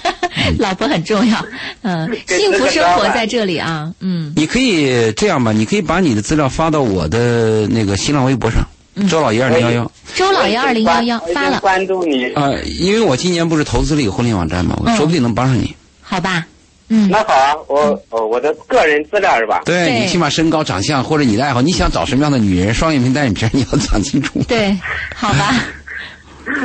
老婆很重要，嗯，
对
幸福生活在这里啊，嗯
你可以这样吧，你可以把你的资料发到我的那个新浪微博上，周老爷二零幺幺。
周老爷二零幺幺
我已经
发了，
关注你，
啊，因为我今年不是投资了一个婚恋网站嘛，我
嗯
说不定能帮上你。
好吧？嗯，
那好啊，我呃我的个人资料是吧？
对
对
你起码身高、长相或者你的爱好，你想找什么样的女人，双眼皮、单眼皮，你要讲清楚，
对，好吧。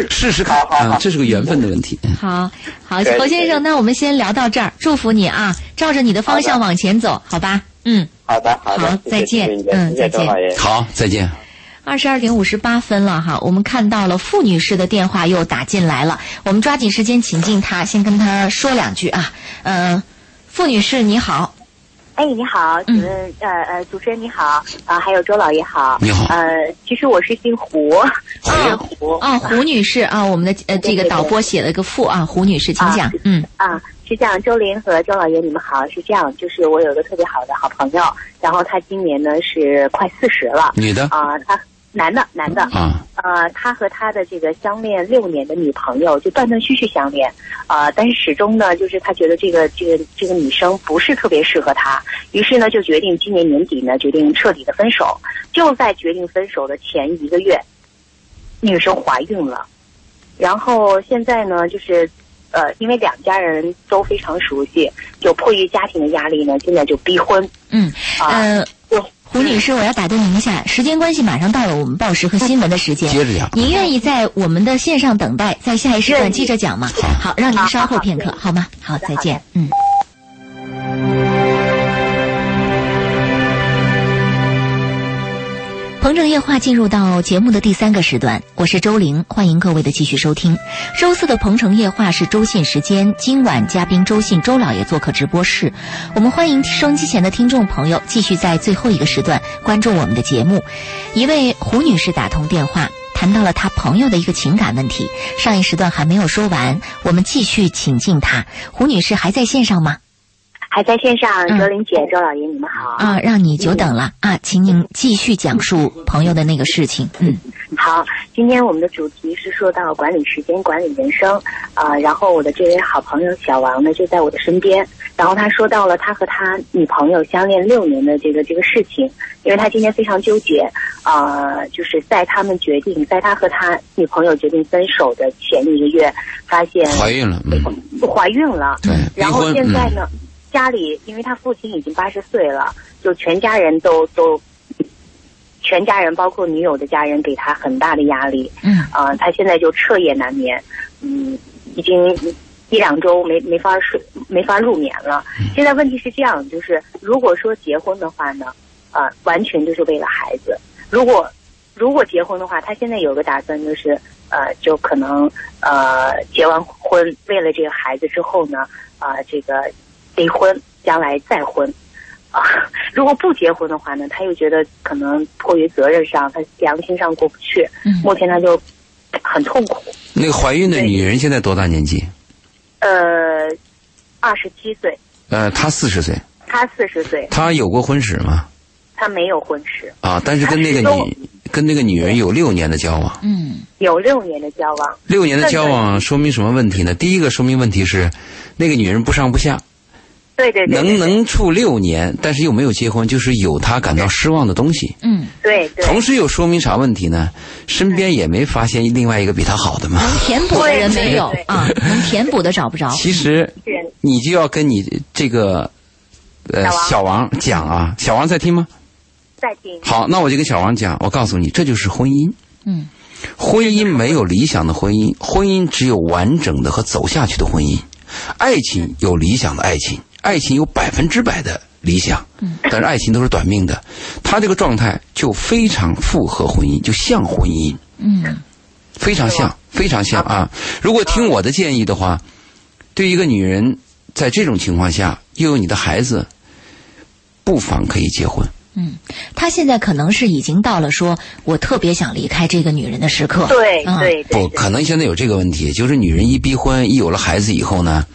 试试看
好好好
啊，这是个缘分的问题。
好好，
对
侯先
对
生，那我们先聊到这儿，祝福你啊，照着你的方向往前走，好吧？嗯，
好的好
好，
的谢谢
再见
谢谢
嗯
谢谢周
再见
老爷。
好，再见。
二十二点五十八分了哈，我们看到了付女士的电话又打进来了，我们抓紧时间请进她，先跟她说两句啊。呃，付女士你好，
哎，你
嗯
好，主任，呃呃，主持人你好，啊、还有周老爷好，
你好
呃，其实我是姓胡，嗯
啊
回
啊，胡女士啊，我们的呃这个导播写了个付啊，胡女士，请讲
啊，
嗯
啊，是这样，周林和周老爷你们好，是这样，就是我有一个特别好的好朋友，然后他今年呢是快四十了，
女的
啊、他男的男的，
啊，
呃，他和他的这个相恋六年的女朋友就断断续续相恋，呃，但是始终呢，就是他觉得这个这个这个女生不是特别适合他，于是呢，就决定今年年底呢，决定彻底的分手。就在决定分手的前一个月，女生怀孕了，然后现在呢，就是呃，因为两家人都非常熟悉，就迫于家庭的压力呢，现在就逼婚
嗯
啊。
呃，
就
胡女士，我要打断您一下，时间关系，马上到了我们报时和新闻的时间，
接着讲。
您愿意在我们的线上等待，在下一时段接着讲吗？好，让您稍后片刻，好吗？好，再见。嗯。鹏城夜话进入到节目的第三个时段，我是周玲，欢迎各位的继续收听。周四的鹏城夜话是周信时间，今晚嘉宾周信周老爷做客直播室，我们欢迎收音机前的听众朋友继续在最后一个时段关注我们的节目。一位胡女士打通电话，谈到了他朋友的一个情感问题。上一时段还没有说完，我们继续请进他。胡女士还在线上吗？
还在线上，卓林姐、周老爷，你们好
啊，让你久等了、嗯、啊，请您继续讲述朋友的那个事情。嗯，
好，今天我们的主题是说到管理时间、管理人生啊、呃。然后我的这位好朋友小王呢，就在我的身边。然后他说到了他和他女朋友相恋六年的这个这个事情，因为他今天非常纠结啊、呃，就是在他们决定，在他和他女朋友决定分手的前一个月，发现
怀孕了，嗯，
怀孕了，
对，
然后现在呢？嗯家里，因为他父亲已经八十岁了，就全家人都都，全家人包括女友的家人给他很大的压力。
嗯，
啊、呃，他现在就彻夜难眠，嗯，已经一两周没没法睡，没法入眠了。现在问题是这样，就是如果说结婚的话呢，啊、呃，完全就是为了孩子。如果如果结婚的话，他现在有个打算就是，呃，就可能呃结完婚，为了这个孩子之后呢，啊、呃，这个。离婚，将来再婚，啊，如果不结婚的话呢，他又觉得可能迫于责任上，他良心上过不去，
嗯、
目前他就很痛苦。
那个怀孕的女人现在多大年纪？
呃，二十七岁。
呃，她四十岁。
她四十岁。
她有过婚史吗？
她没有婚史。
啊，但是跟那个女跟那个女人有六年的交往。
嗯，
有六年的交往。
六年的交往说明什么问题呢？第一个说明问题是，那个女人不上不下。
对对,对对
对，能能处六年，但是又没有结婚，就是有他感到失望的东西。
嗯，
对对。
同时又说明啥问题呢？身边也没发现另外一个比他好的嘛。
能填补的人没有啊，能填补的找不着。
其实，你就要跟你这个呃小王讲啊，小王在听吗？
在听。
好，那我就跟小王讲，我告诉你，这就是婚姻。
嗯，
婚姻没有理想的婚姻，婚姻只有完整的和走下去的婚姻。爱情有理想的爱情。爱情有百分之百的理想，但是爱情都是短命的。他这个状态就非常符合婚姻，就像婚姻，
嗯，
非常像，非常像啊！如果听我的建议的话，对一个女人在这种情况下又有你的孩子，不妨可以结婚。
嗯，他现在可能是已经到了说我特别想离开这个女人的时刻。啊
对对，
啊不 可能现在有这个问题，就是女人一逼婚，一有了孩子以后呢。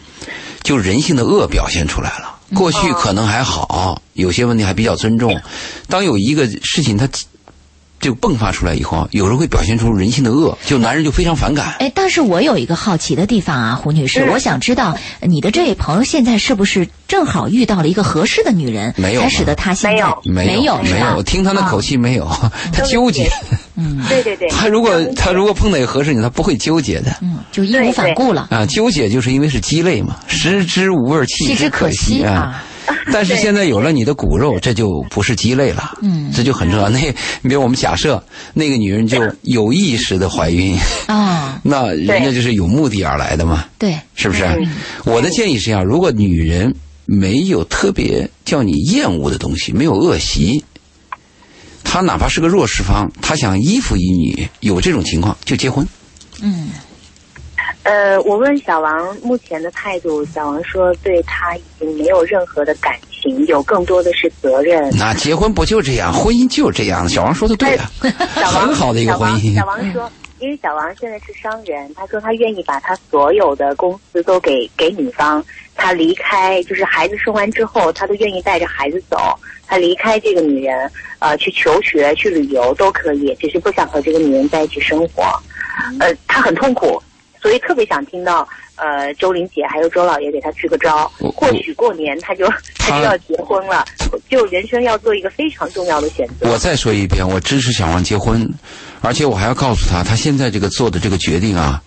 就人性的恶表现出来了。过去可能还好，有些问题还比较尊重。当有一个事情它就迸发出来以后，有人会表现出人性的恶，就男人就非常反感。
哎，但是我有一个好奇的地方啊，胡女
嗯
士，我想知道你的这位朋友现在是不是正好遇到了一个合适的女人，
没有
才使得他现在
没有没
有
没有？听他那口气没有，他纠结。
嗯，
对对对。
他如果他如果碰到有合适你，他不会纠结的。
嗯，就义无反顾了。
啊，纠结就是因为是鸡肋嘛，食之无味，弃
之
可
惜
啊。 但是现在有了你的骨肉，这就不是鸡肋了。
嗯，
这就很重要。那比如我们假设那个女人就有意识的怀孕
啊，
那人家就是有目的而来的嘛。
对，
是不是？
嗯
我的建议是这样：如果女人没有特别叫你厌恶的东西，没有恶习。他哪怕是个弱势方，他想依附于你，有这种情况就结婚。
嗯，
呃，我问小王目前的态度，小王说对他已经没有任何的感情，有更多的是责任。
那结婚不就这样？婚姻就这样。小王说的对啊，
哎 小
很好的一个婚姻。
小王,小王说，因为小王现在是商人，他说他愿意把他所有的公司都给给女方，他离开就是孩子生完之后，他都愿意带着孩子走。他离开这个女人，呃，去求学、去旅游都可以，只是不想和这个女人在一起生活。
嗯
呃，他很痛苦，所以特别想听到呃周玲姐还有周老爷给他支个招。或许过年他就他就要结婚了，就人生要做一个非常重要的选择。
我再说一遍，我支持小王结婚，而且我还要告诉他，他现在这个做的这个决定啊。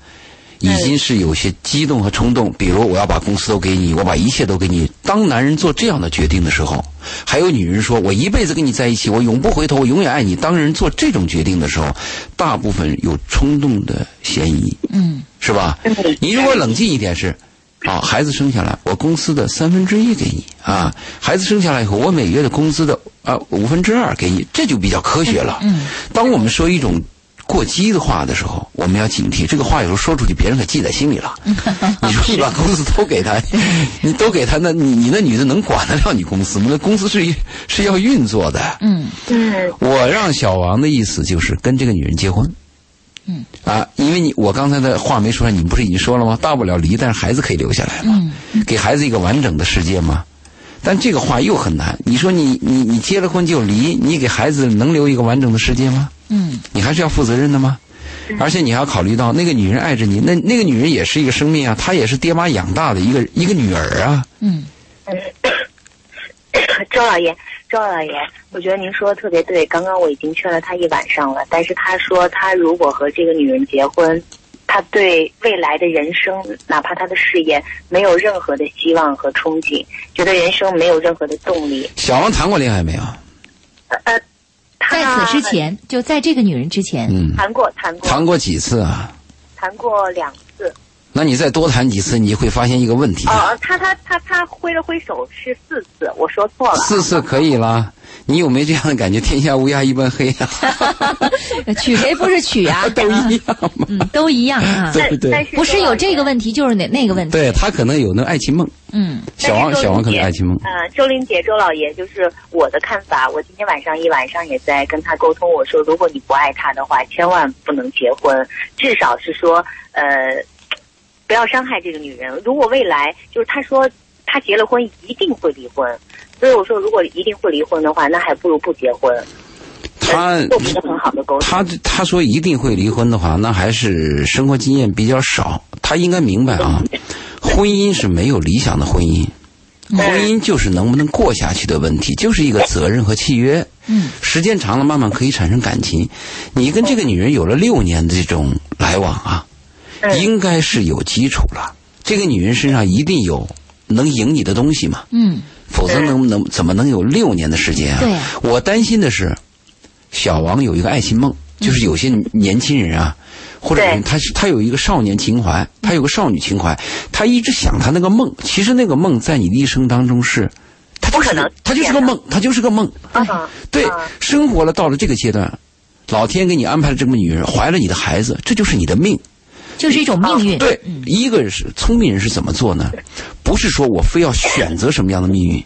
已经是有些激动和冲动，比如我要把公司都给你，我把一切都给你。当男人做这样的决定的时候，还有女人说“我一辈子跟你在一起，我永不回头，我永远爱你”。当人做这种决定的时候，大部分有冲动的嫌疑，
嗯，
是吧？你如果冷静一点是，啊，孩子生下来，我公司的三分之一给你啊，孩子生下来以后，我每月的工资的啊五分之二给你，这就比较科学了。
嗯，
当我们说一种。过激的话的时候，我们要警惕。这个话有时候说出去，别人可记在 心里了。你说你把公司都给他，你都给他，那你你那女的能管得了你公司吗？那公司是是要运作的。
嗯
嗯，
我让小王的意思就是跟这个女人结婚，
嗯
啊，因为你我刚才的话没说完，你们不是已经说了吗？大不了离，但是孩子可以留下来嘛，给孩子一个完整的世界嘛。但这个话又很难。你说你你你结了婚就离，你给孩子能留一个完整的世界吗？
嗯
你还是要负责任的吗？而且你还要考虑到那个女人爱着你，那那个女人也是一个生命啊，她也是爹妈养大的一个一个女儿啊。
嗯
周老爷，周老爷，我觉得您说的特别对。刚刚我已经劝了他一晚上了，但是他说他如果和这个女人结婚，他对未来的人生，哪怕他的事业，没有任何的希望和憧憬，觉得人生没有任何的动力。
小王谈过恋爱没有？
呃呃，他
在此之前，就在这个女人之前，
嗯，
谈过谈过
谈过几次啊？
谈过两次。
那你再多谈几次，你会发现一个问题
哦、，呃，他他他他挥了挥手是四次，我说错了。
四次可以啦。你有没有这样的感觉？天下乌鸦一般黑啊，
呃娶谁不是娶啊？
都一样嘛。
嗯，都一样啊。
对
但但
对，
是
不是有这个
题。
问题，就是那那个问题。
对他可能有那爱情梦，
嗯
小王
但是周
小王
玲
可能
姐
爱情梦。
呃，周玲姐、周老爷，就是我的看法。我今天晚上一晚上也在跟他沟通，我说，如果你不爱他的话，千万不能结婚，至少是说，呃，不要伤害这个女人。如果未来就是他说他结了婚一定会离婚，所以我说，如果一定会离婚的话，那还不如不结婚。
他
做不是很好的沟通。
他他说一定会离婚的话，那还是生活经验比较少。他应该明白啊，婚姻是没有理想的婚姻，婚姻就是能不能过下去的问题，就是一个责任和契约。
嗯，
时间长了，慢慢可以产生感情。你跟这个女人有了六年的这种来往啊，
嗯
应该是有基础了。这个女人身上一定有能赢你的东西嘛。
嗯
否则能能怎么能有六年的时间啊？
对啊
我担心的是，小王有一个爱情梦，就是有些年轻人啊，或者
嗯对嗯
他是他有一个少年情怀，他有个少女情怀，他一直想他那个梦。其实那个梦在你的一生当中是，他就是
不可能
他就是个梦，他就是个梦。
嗯
对
嗯，
生活了到了这个阶段，老天给你安排了这么女人，怀了你的孩子，这就是你的命。
就是一种命 运。
对，一个是聪明人是怎么做呢？不是说我非要选择什么样的命运，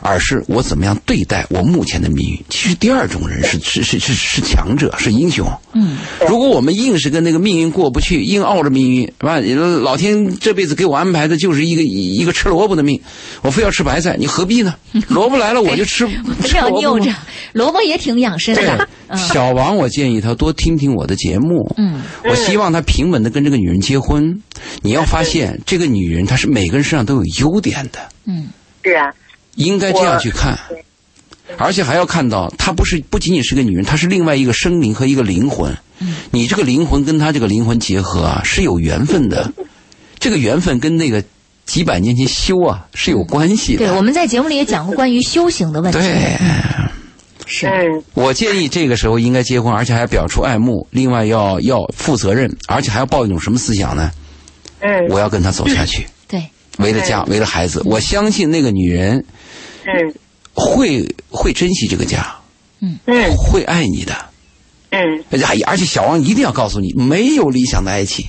而是我怎么样对待我目前的命运。其实第二种人是是是是是强者，是英雄。
嗯，
如果我们硬是跟那个命运过不去，硬拗着命运，是吧？老天这辈子给我安排的就是一个一个吃萝卜的命，我非要吃白菜，你何必呢？萝卜来了我 就吃，
不
吃
要
萝卜
拗
吗
着，嗯萝卜也挺养生的。
对，
嗯
小王，我建议他多听听我的节目。
嗯，
我希望他平稳的跟这个女人结婚。你要发现，这个女人她是每个人身上都有优点的，
嗯
是啊，
应该这样去看
我对。
而且还要看到，她不是不仅仅是个女人，她是另外一个生灵和一个灵魂。你这个灵魂跟她这个灵魂结合啊，是有缘分的。这个缘分跟那个几百年前修啊是有关系
对，我
的。
们在节目里也讲过关于修行的问题。
对，
是。
嗯，
我建议这个时候应该结婚，而且还表出爱慕，另外要要负责任，而且还要抱一种什么思想呢？
嗯
我要跟他走下去，
对，
为了
哎
家，为了孩子，我相信那个女人
嗯
会会珍惜这个家，
嗯
会爱你的。
嗯
而且而且小王一定要告诉你，没有理想的爱情，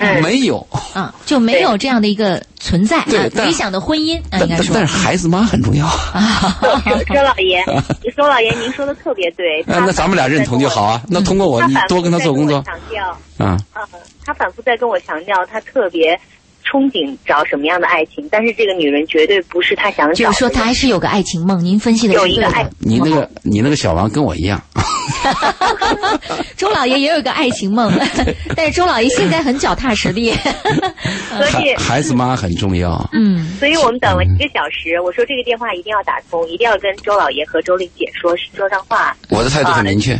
嗯，
没 有。
啊，就没有这样的一个存在
对
啊，
但
理想的婚姻啊，
哎
但
应该
但
说
但是孩子妈很重 要啊。
周老 爷，周老爷，您说的特别对。
哎那那咱们俩认同就好啊。那通过我，
他
你
反复
多跟他做工作
在跟我强调，
啊。
嗯，他反复在跟我强调，他特别憧憬找什么样的爱情，但是这个女人绝对不是他想找的。
就是说他还是有个爱情梦。您分析的是
有
对
一个爱
的。
你那个你那个小王跟我一样，
周老爷也有一个爱情 梦，但是周老爷现在很脚踏实地。
所
孩
以，
孩子妈很重要。
嗯
所以我们等了一个小时，我说这个电话一定要打通，一定要跟周老爷和周丽姐说说上话。啊
我的态度很明确。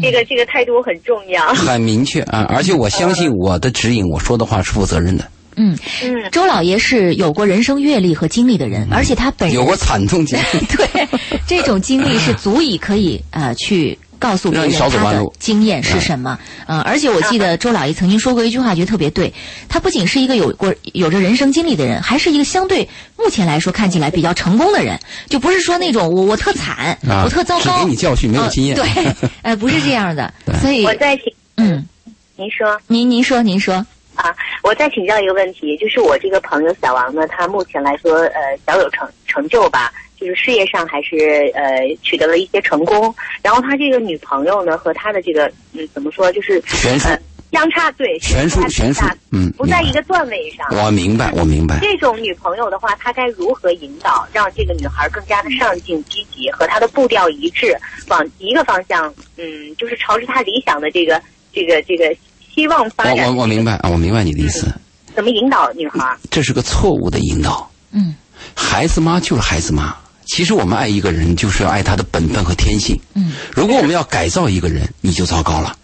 这个这个态度很重要。
很明确啊，而且我相信我的指引，我说的话是负责任的。
嗯，
嗯，
周老爷是有过人生阅历和经历的
嗯
人，而且他
哎
本人
有过惨痛经历，
对，这种经历 是足以可以呃去告诉别
让
人
你少
他
走弯
的
路
经验是什么。嗯、而且我记得周老爷曾经说过一句话，觉得特别对。他不仅是一个有过有着人生经历的人，还是一个相对目前来说看起来比较成功的人，就不是说那种我我特惨，
啊
我特糟
只
糕，
给你教训没有
呃
经
嗯
验
对，呃，不是这样 的。所以
我，再请
嗯，
您说。
您您说您说，
啊，我再请教一个问题，就是我这个朋友小王呢，他目前来说呃小有成成就吧，就是事业上还是呃取得了一些成功。然后他这个女朋友呢，和他的这个嗯怎么说，就是
悬殊
呃相差对
悬殊
差挺
悬殊
大
嗯
不在
明白
一个段位上。
我明白，我明白。
这种女朋友的话，她该如何引导，让这个女孩更加的上进、积极，和她的步调一致，往一个方向，嗯，就是朝着她理想的这个、这个、这个希望发
我
展。嗯
我我明白啊，我明白你的意思。
怎么引导女孩？
这是个错误的引导。
嗯
孩子妈就是孩子妈。其实我们爱一个人，就是要爱他的本分和天性。
嗯，
如果我们要改造一个人，你就糟糕了。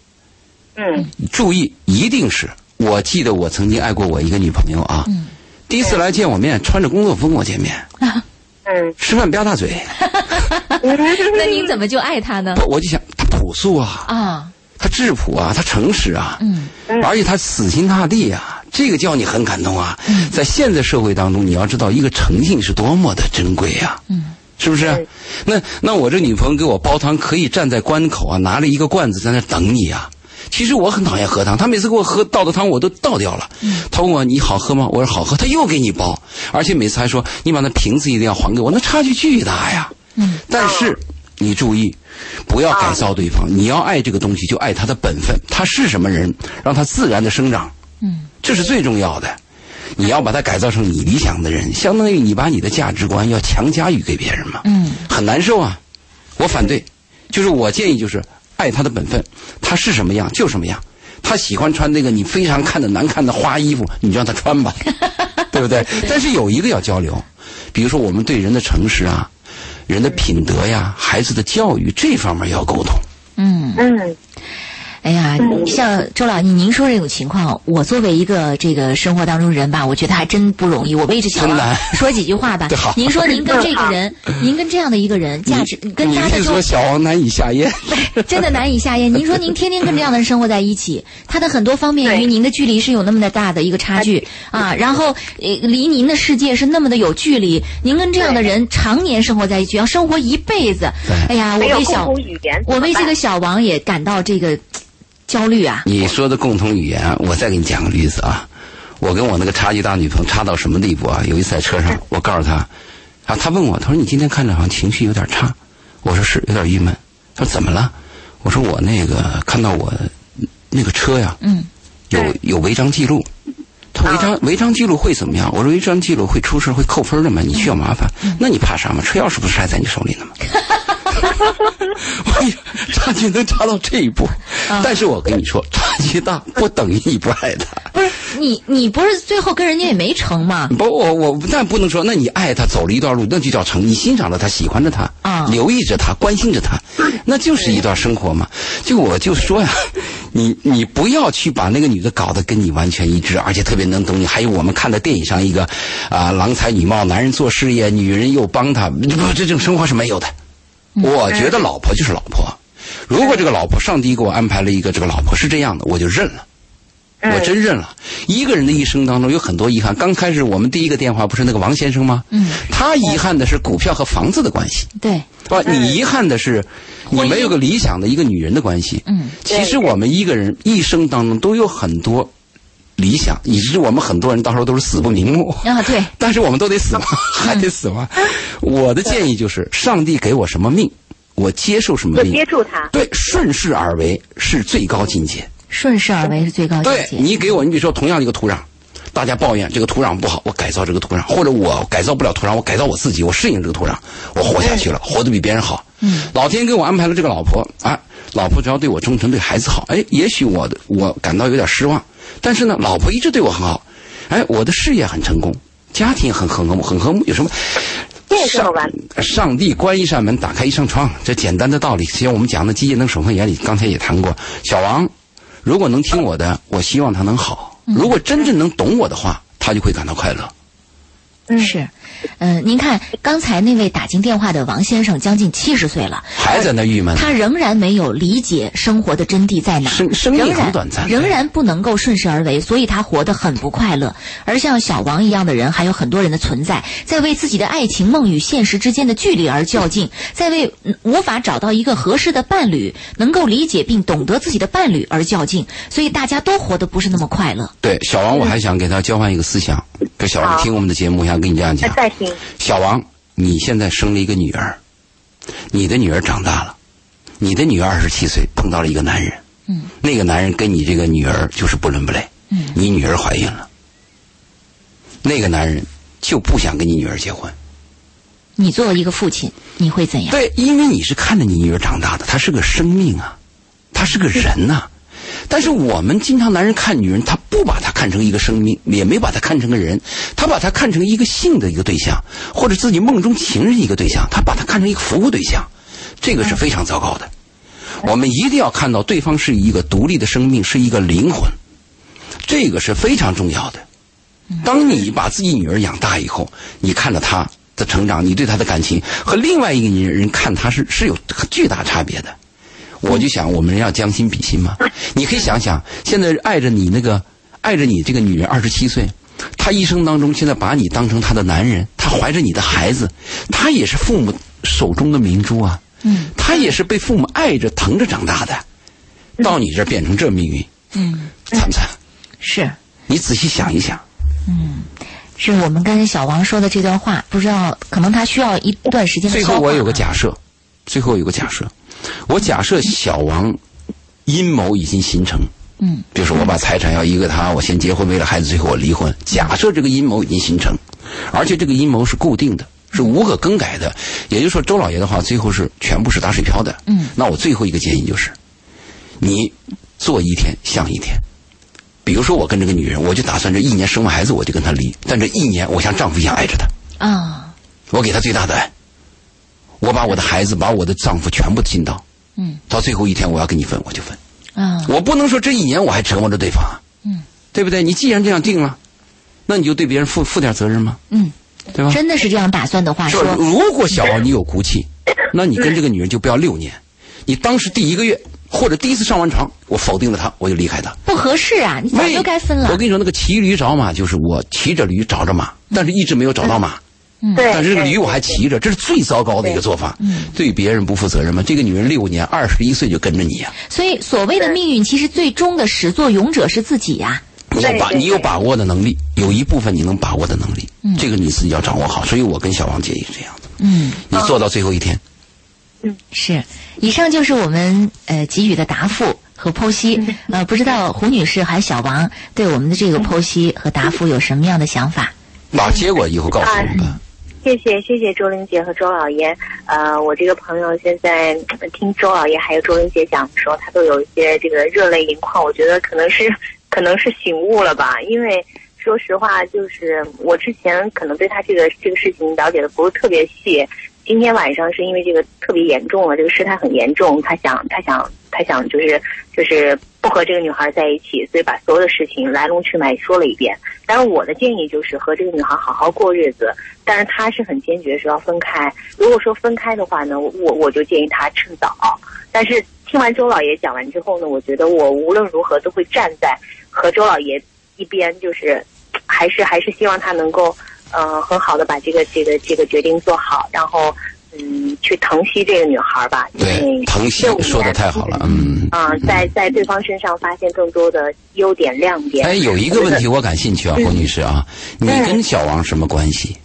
嗯
注意，一定是我记得我曾经爱过我一个女朋友啊，
嗯
第一次来见我面，穿着工作服跟我见面，
嗯，
吃饭吧嗒嘴，
那您怎么就爱他
嗯
呢？
不我就想他朴素啊，
啊，
他质朴啊，他诚实啊，
嗯
而且他死心塌地啊，这个叫你很感动啊。
嗯
在现在社会当中，你要知道一个诚信是多么的珍贵啊。
嗯
是不是
对？
那那我这女朋友给我煲汤，可以站在关口啊，拿着一个罐子在那等你啊。其实我很讨厌喝汤，她每次给我喝倒的汤我都倒掉了。
嗯
她问我你好喝吗？我说好喝，她又给你煲，而且每次还说你把那瓶子一定要还给我，那差距巨大呀。
嗯
但是你注意，不要改造对方，你要爱这个东西就爱他的本分，他是什么人，让他自然的生长，
嗯
这是最重要的。你要把他改造成你理想的人，相当于你把你的价值观要强加于给别人嘛。
嗯
很难受啊。我反对，就是我建议就是爱他的本分，他是什么样就什么样。他喜欢穿那个你非常看着难看的花衣服，你就让他 穿吧，对不对？但是有一个要交流，比如说我们对人的诚实啊、人的品德呀、孩子的教育这方面要沟通。
嗯。
嗯
哎呀，
嗯
像周老，您您说这种情况，我作为一个这个生活当中人吧，我觉得还真不容易。我为这小
真
王
难
说几句话吧
对好。
您说您跟这个人，您跟这样的一个人，价值跟
你
他的
是
就
说小王难以下咽？
真的难以下 咽。您说您天天跟这样的人生活在一起，他的很多方面
对
与您的距离是有那么的大的一个差距
哎
啊，然后呃离您的世界是那么的有距离。您跟这样的人常年生活在一起，要生活一辈子。哎
对
呀，我
没有
为
共
小
同语言，
我为这个
怎么
小王也感到这个焦虑啊。
你说的共同语言，我再给你讲个例子啊。我跟我那个差距大女朋友差到什么地步啊？有一次在车上，我告诉她，啊，她问我，她说你今天看着好像情绪有点差，我说是有点郁闷。她说怎么了？我说我那个看到我那个车呀，
嗯
有有违章记录。她说违章违章记录会怎么样？我说违章记录会出事会扣分的嘛，你需要麻烦。那你怕啥嘛？车钥匙不是还在你手里呢吗？ 哎呀，差距能差到这一步，但是我跟你说，差距大不等于你不爱他。
不是你，你不是最后跟人家也没成吗？
不，我我但不能说，那你爱他走了一段路，那就叫成，你欣赏了他，喜欢着他，
啊
留意着他，关心着他，那就是一段生活嘛。就我就说呀，你你不要去把那个女的搞得跟你完全一致，而且特别能懂你。还有我们看的电影上一个啊、郎才女貌，男人做事业，女人又帮他，不，这种生活是没有的。我觉得老婆就是老婆。如果这个老婆，上帝给我安排了一个这个老婆是这样的，我就认了。
哎
我
嗯
真认了。一个人的一生当中有很多遗憾。刚开始我们第一个电话不是那个王先生吗？
嗯，
他遗憾的是股票和房子的关系，
对，
对吧？你遗憾的是你没有个理想的一个女人的关系。
嗯，
其实我们一个人一生当中都有很多理想，以致我们很多人到时候都是死不瞑目。
啊对，
但是我们都得死嘛，还得死嘛。我的建议就是，上帝给我什么命，我接受什么
办就
命
接。触她？
对，顺势而为是最高境界。
顺势而为是最高境
对
界。
你给我，你比如说同样一个土壤，大家抱怨这个土壤不好，我改造这个土壤，或者我改造不了土壤，我改造我自己，我适应这个土壤，我活下去了，活得比别人好。嗯，老天给我安排了这个老婆啊，老婆只要对我忠诚，对孩子好，哎，也许我的我感到有点失望，但是呢，老婆一直对我很好，哎，我的事业很成功，家庭很很和睦，很和睦，有什么？
这也是好
上
玩
上帝关一扇门，打开一扇窗，这简单的道理。其实我们讲的《基业能守恒原理》，刚才也谈过。小王如果能听我的，我希望他能好。
嗯
如果真正能懂我的话，他就会感到快乐。
是，嗯、您看刚才那位打进电话的王先生将近七十岁了，
还在那郁闷呢，
他仍然没有理解生活的真谛在哪，
生生
仍
命很
然
短暂，
仍然不能够顺势而为，所以他活得很不快乐。而像小王一样的人，还有很多人的存在，在为自己的爱情梦与现实之间的距离而较劲，在为嗯无法找到一个合适的伴侣，能够理解并懂得自己的伴侣而较劲，所以大家都活得不是那么快乐。
对小
嗯
王，我还想给他交换一个思想。这小王
好
听我们的节目，我想跟你这样讲
那。再听，
小王，你现在生了一个女儿，你的女儿长大了，你的女儿二十七岁碰到了一个男人，
嗯，
那个男人跟你这个女儿就是不伦不类，
嗯，
你女儿怀孕了，那个男人就不想跟你女儿结婚，
你作为一个父亲，你会怎样？
对，因为你是看着你女儿长大的，她是个生命啊，她是个人呐、但是我们经常男人看女人，他不把她看成一个生命，也没把她看成个人，他把她看成一个性的一个对象，或者自己梦中情人一个对象，他把她看成一个服务对象，这个是非常糟糕的。我们一定要看到对方是一个独立的生命，是一个灵魂，这个是非常重要的。当你把自己女儿养大以后，你看着她的成长，你对她的感情和另外一个女人看她是是有巨大差别的。我就想，我们要将心比心嘛。你可以想想，现在爱着你那个爱着你这个女人二十七岁，她一生当中现在把你当成她的男人，她怀着你的孩子，她也是父母手中的明珠啊。
嗯
她也是被父母爱着疼着长大的，到你这儿变成这命运，
嗯，
惨不惨？
是。
你仔细想一想。
是我们跟小王说的这段话，不知道可能他需要一段时间的
最
消化。
后我有个假设，最后有个假设，我假设小王阴谋已经形成。
嗯，
比如说我把财产要一个他，我先结婚为了孩子，最后我离婚。假设这个阴谋已经形成，而且这个阴谋是固定的，是无可更改的。也就是说，周老爷的话最后是全部是打水漂的。
嗯，
那我最后一个建议就是，你做一天像一天。比如说，我跟这个女人，我就打算这一年生完孩子我就跟她离，但这一年我像丈夫一样爱着她。
啊，
我给他最大的爱，我把我的孩子，把我的丈夫全部尽到，
嗯
到最后一天我要跟你分，我就分。
啊，
我不能说这一年我还折磨着对方啊，
嗯
对不对？你既然这样定了，那你就对别人负负点责任吗？
嗯，
对吧？
真的是这样打算的话，
是吧？
说
如果小王你有骨气，那你跟这个女人就不要六年，你当时第一个月或者第一次上完床，我否定了她，我就离开她。
不合适啊，你早就该分了
我。跟你说，那个骑驴找马就是我骑着驴找着马，但是一直没有找到马。
对，
但是这个驴我还骑着，这是最糟糕的一个做法，
嗯
对别人不负责任嘛。这个女人六年，二十一岁就跟着你啊呀、
所以所谓的命运，其实最终的始作俑者是自己啊呀、
你有把
对对嗯
你有把握的能力，有一部分你能把握的能力，这个你自己要掌握好。所以我跟小王建议这样子，
嗯，
你做到最后一天，
是。以上就是我们呃给予的答复和剖析。呃，不知道胡女士还有小王对我们的这个剖析和答复有什么样的想法？
把结果以后告诉我们
啊
吧。
谢谢谢谢周玲姐和周老爷，呃，我这个朋友现在呃听周老爷还有周玲姐讲的时候，他都有一些这个热泪盈眶。我觉得可能是 可能是醒悟了吧，因为说实话，就是我之前可能对他这个这个事情了解的不是特别细。今天晚上是因为这个特别严重了，这个事态很严重，他想他想他想就是就是不和这个女孩在一起，所以把所有的事情来龙去脉说了一遍。但是我的建议就是和这个女孩好好过日子，但是他是很坚决说要分开。如果说分开的话呢，我我我就建议他趁早。但是听完周老爷讲完之后呢，我觉得我无论如何都会站在和周老爷一边，就是还是还是希望他能够呃很好的把这个这个这个决定做好，然后嗯去疼惜这个女孩吧，因为
对，疼惜
嗯六年
说的太好了，嗯。
啊、在在对方身上发现更多的优点亮点。
哎，有一个问题我感兴趣啊，
嗯
胡女士啊，你跟小王什么关系？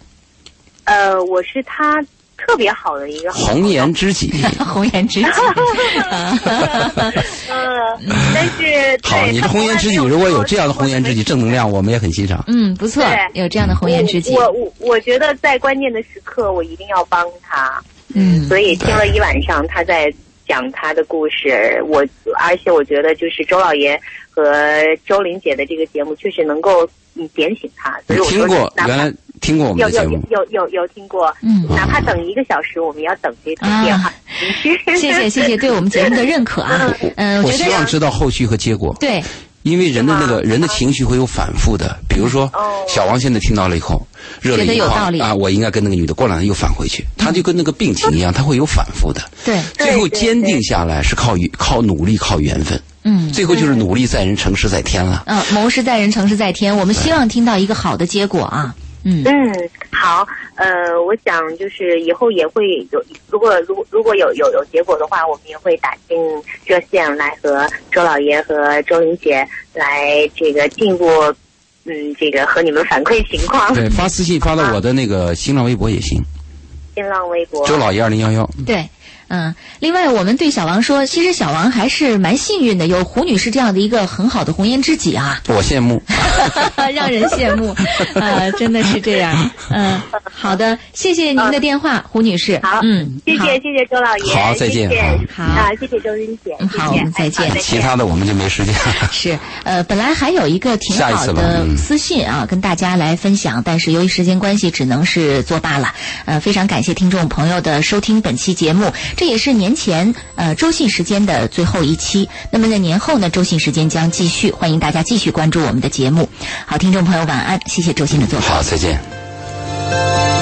呃，我是他特别好的一个好
红颜知己。
红颜知己，
呃，但是
好，
对
你
他
的红颜知己，如果有这样的红颜知己，正能量，我们也很欣赏。
嗯，不错，
对
有这样的红颜知己，
我我我觉得在关键的时刻，我一定要帮他。
嗯
所以听了一晚上他在讲他的故事，我而且我觉得就是周老爷和周玲姐的这个节目确实能够嗯点醒他，所
你
以我
听
说
过
哪
原
怕
来听过我们
有
的节
有
目
有？有有有听过，
嗯
哪怕等一个小时，我们要等这通电话
啊。，谢谢谢谢对我们节目的认可 啊，嗯，
我
觉
希
得
望知道后续和结果，
对，
因为人的那
是
个
吗
人的情绪会有反复的。比如说
哦，
小王现在听到了以后，热泪
觉得
盈
有道
眶
理
啊，我应该跟那个女的，过两天又返回去，他就跟那个病情一样，他会有反复的。
对，
对
最后
对
坚
对
定下来是靠靠努力，靠缘分。
嗯。
最后就是努力在人，成事在天了。
嗯，谋事在人，成事在天。我们希望听到一个好的结果啊。嗯，
嗯，好，呃，我想就是以后也会有，如果如果如果有有有结果的话，我们也会打进热线来和周老爷和周玲姐来这个进一步，嗯，这个和你们反馈情况。
对，发私信发到我的那个新浪微博也行。
新浪微博
周老爷二零幺幺，
对，嗯，另外我们对小王说，其实小王还是蛮幸运的，有胡女士这样的一个很好的红颜知己啊，
我羡慕。
让人羡慕，呃，真的是这样，嗯、好的，谢谢您的电话，胡女士，
啊好
嗯，
谢
好
谢谢谢周老爷，
好再见
谢谢
好
啊，谢谢周云姐，
嗯
谢
好
谢
我们再
哎
见
好再
其他的我们就没时间了。
是，呃，本来还有一个挺
下一
好
次吧
的
嗯
私信啊，跟大家来分享，但是由于时间关系，只能是作罢了。呃，非常感谢听众朋友的收听本期节目，这也是年前呃周信时间的最后一期。那么在年后呢，周信时间将继续，欢迎大家继续关注我们的节目。好，听众朋友晚安，谢谢周信的做客。
好，再见。
见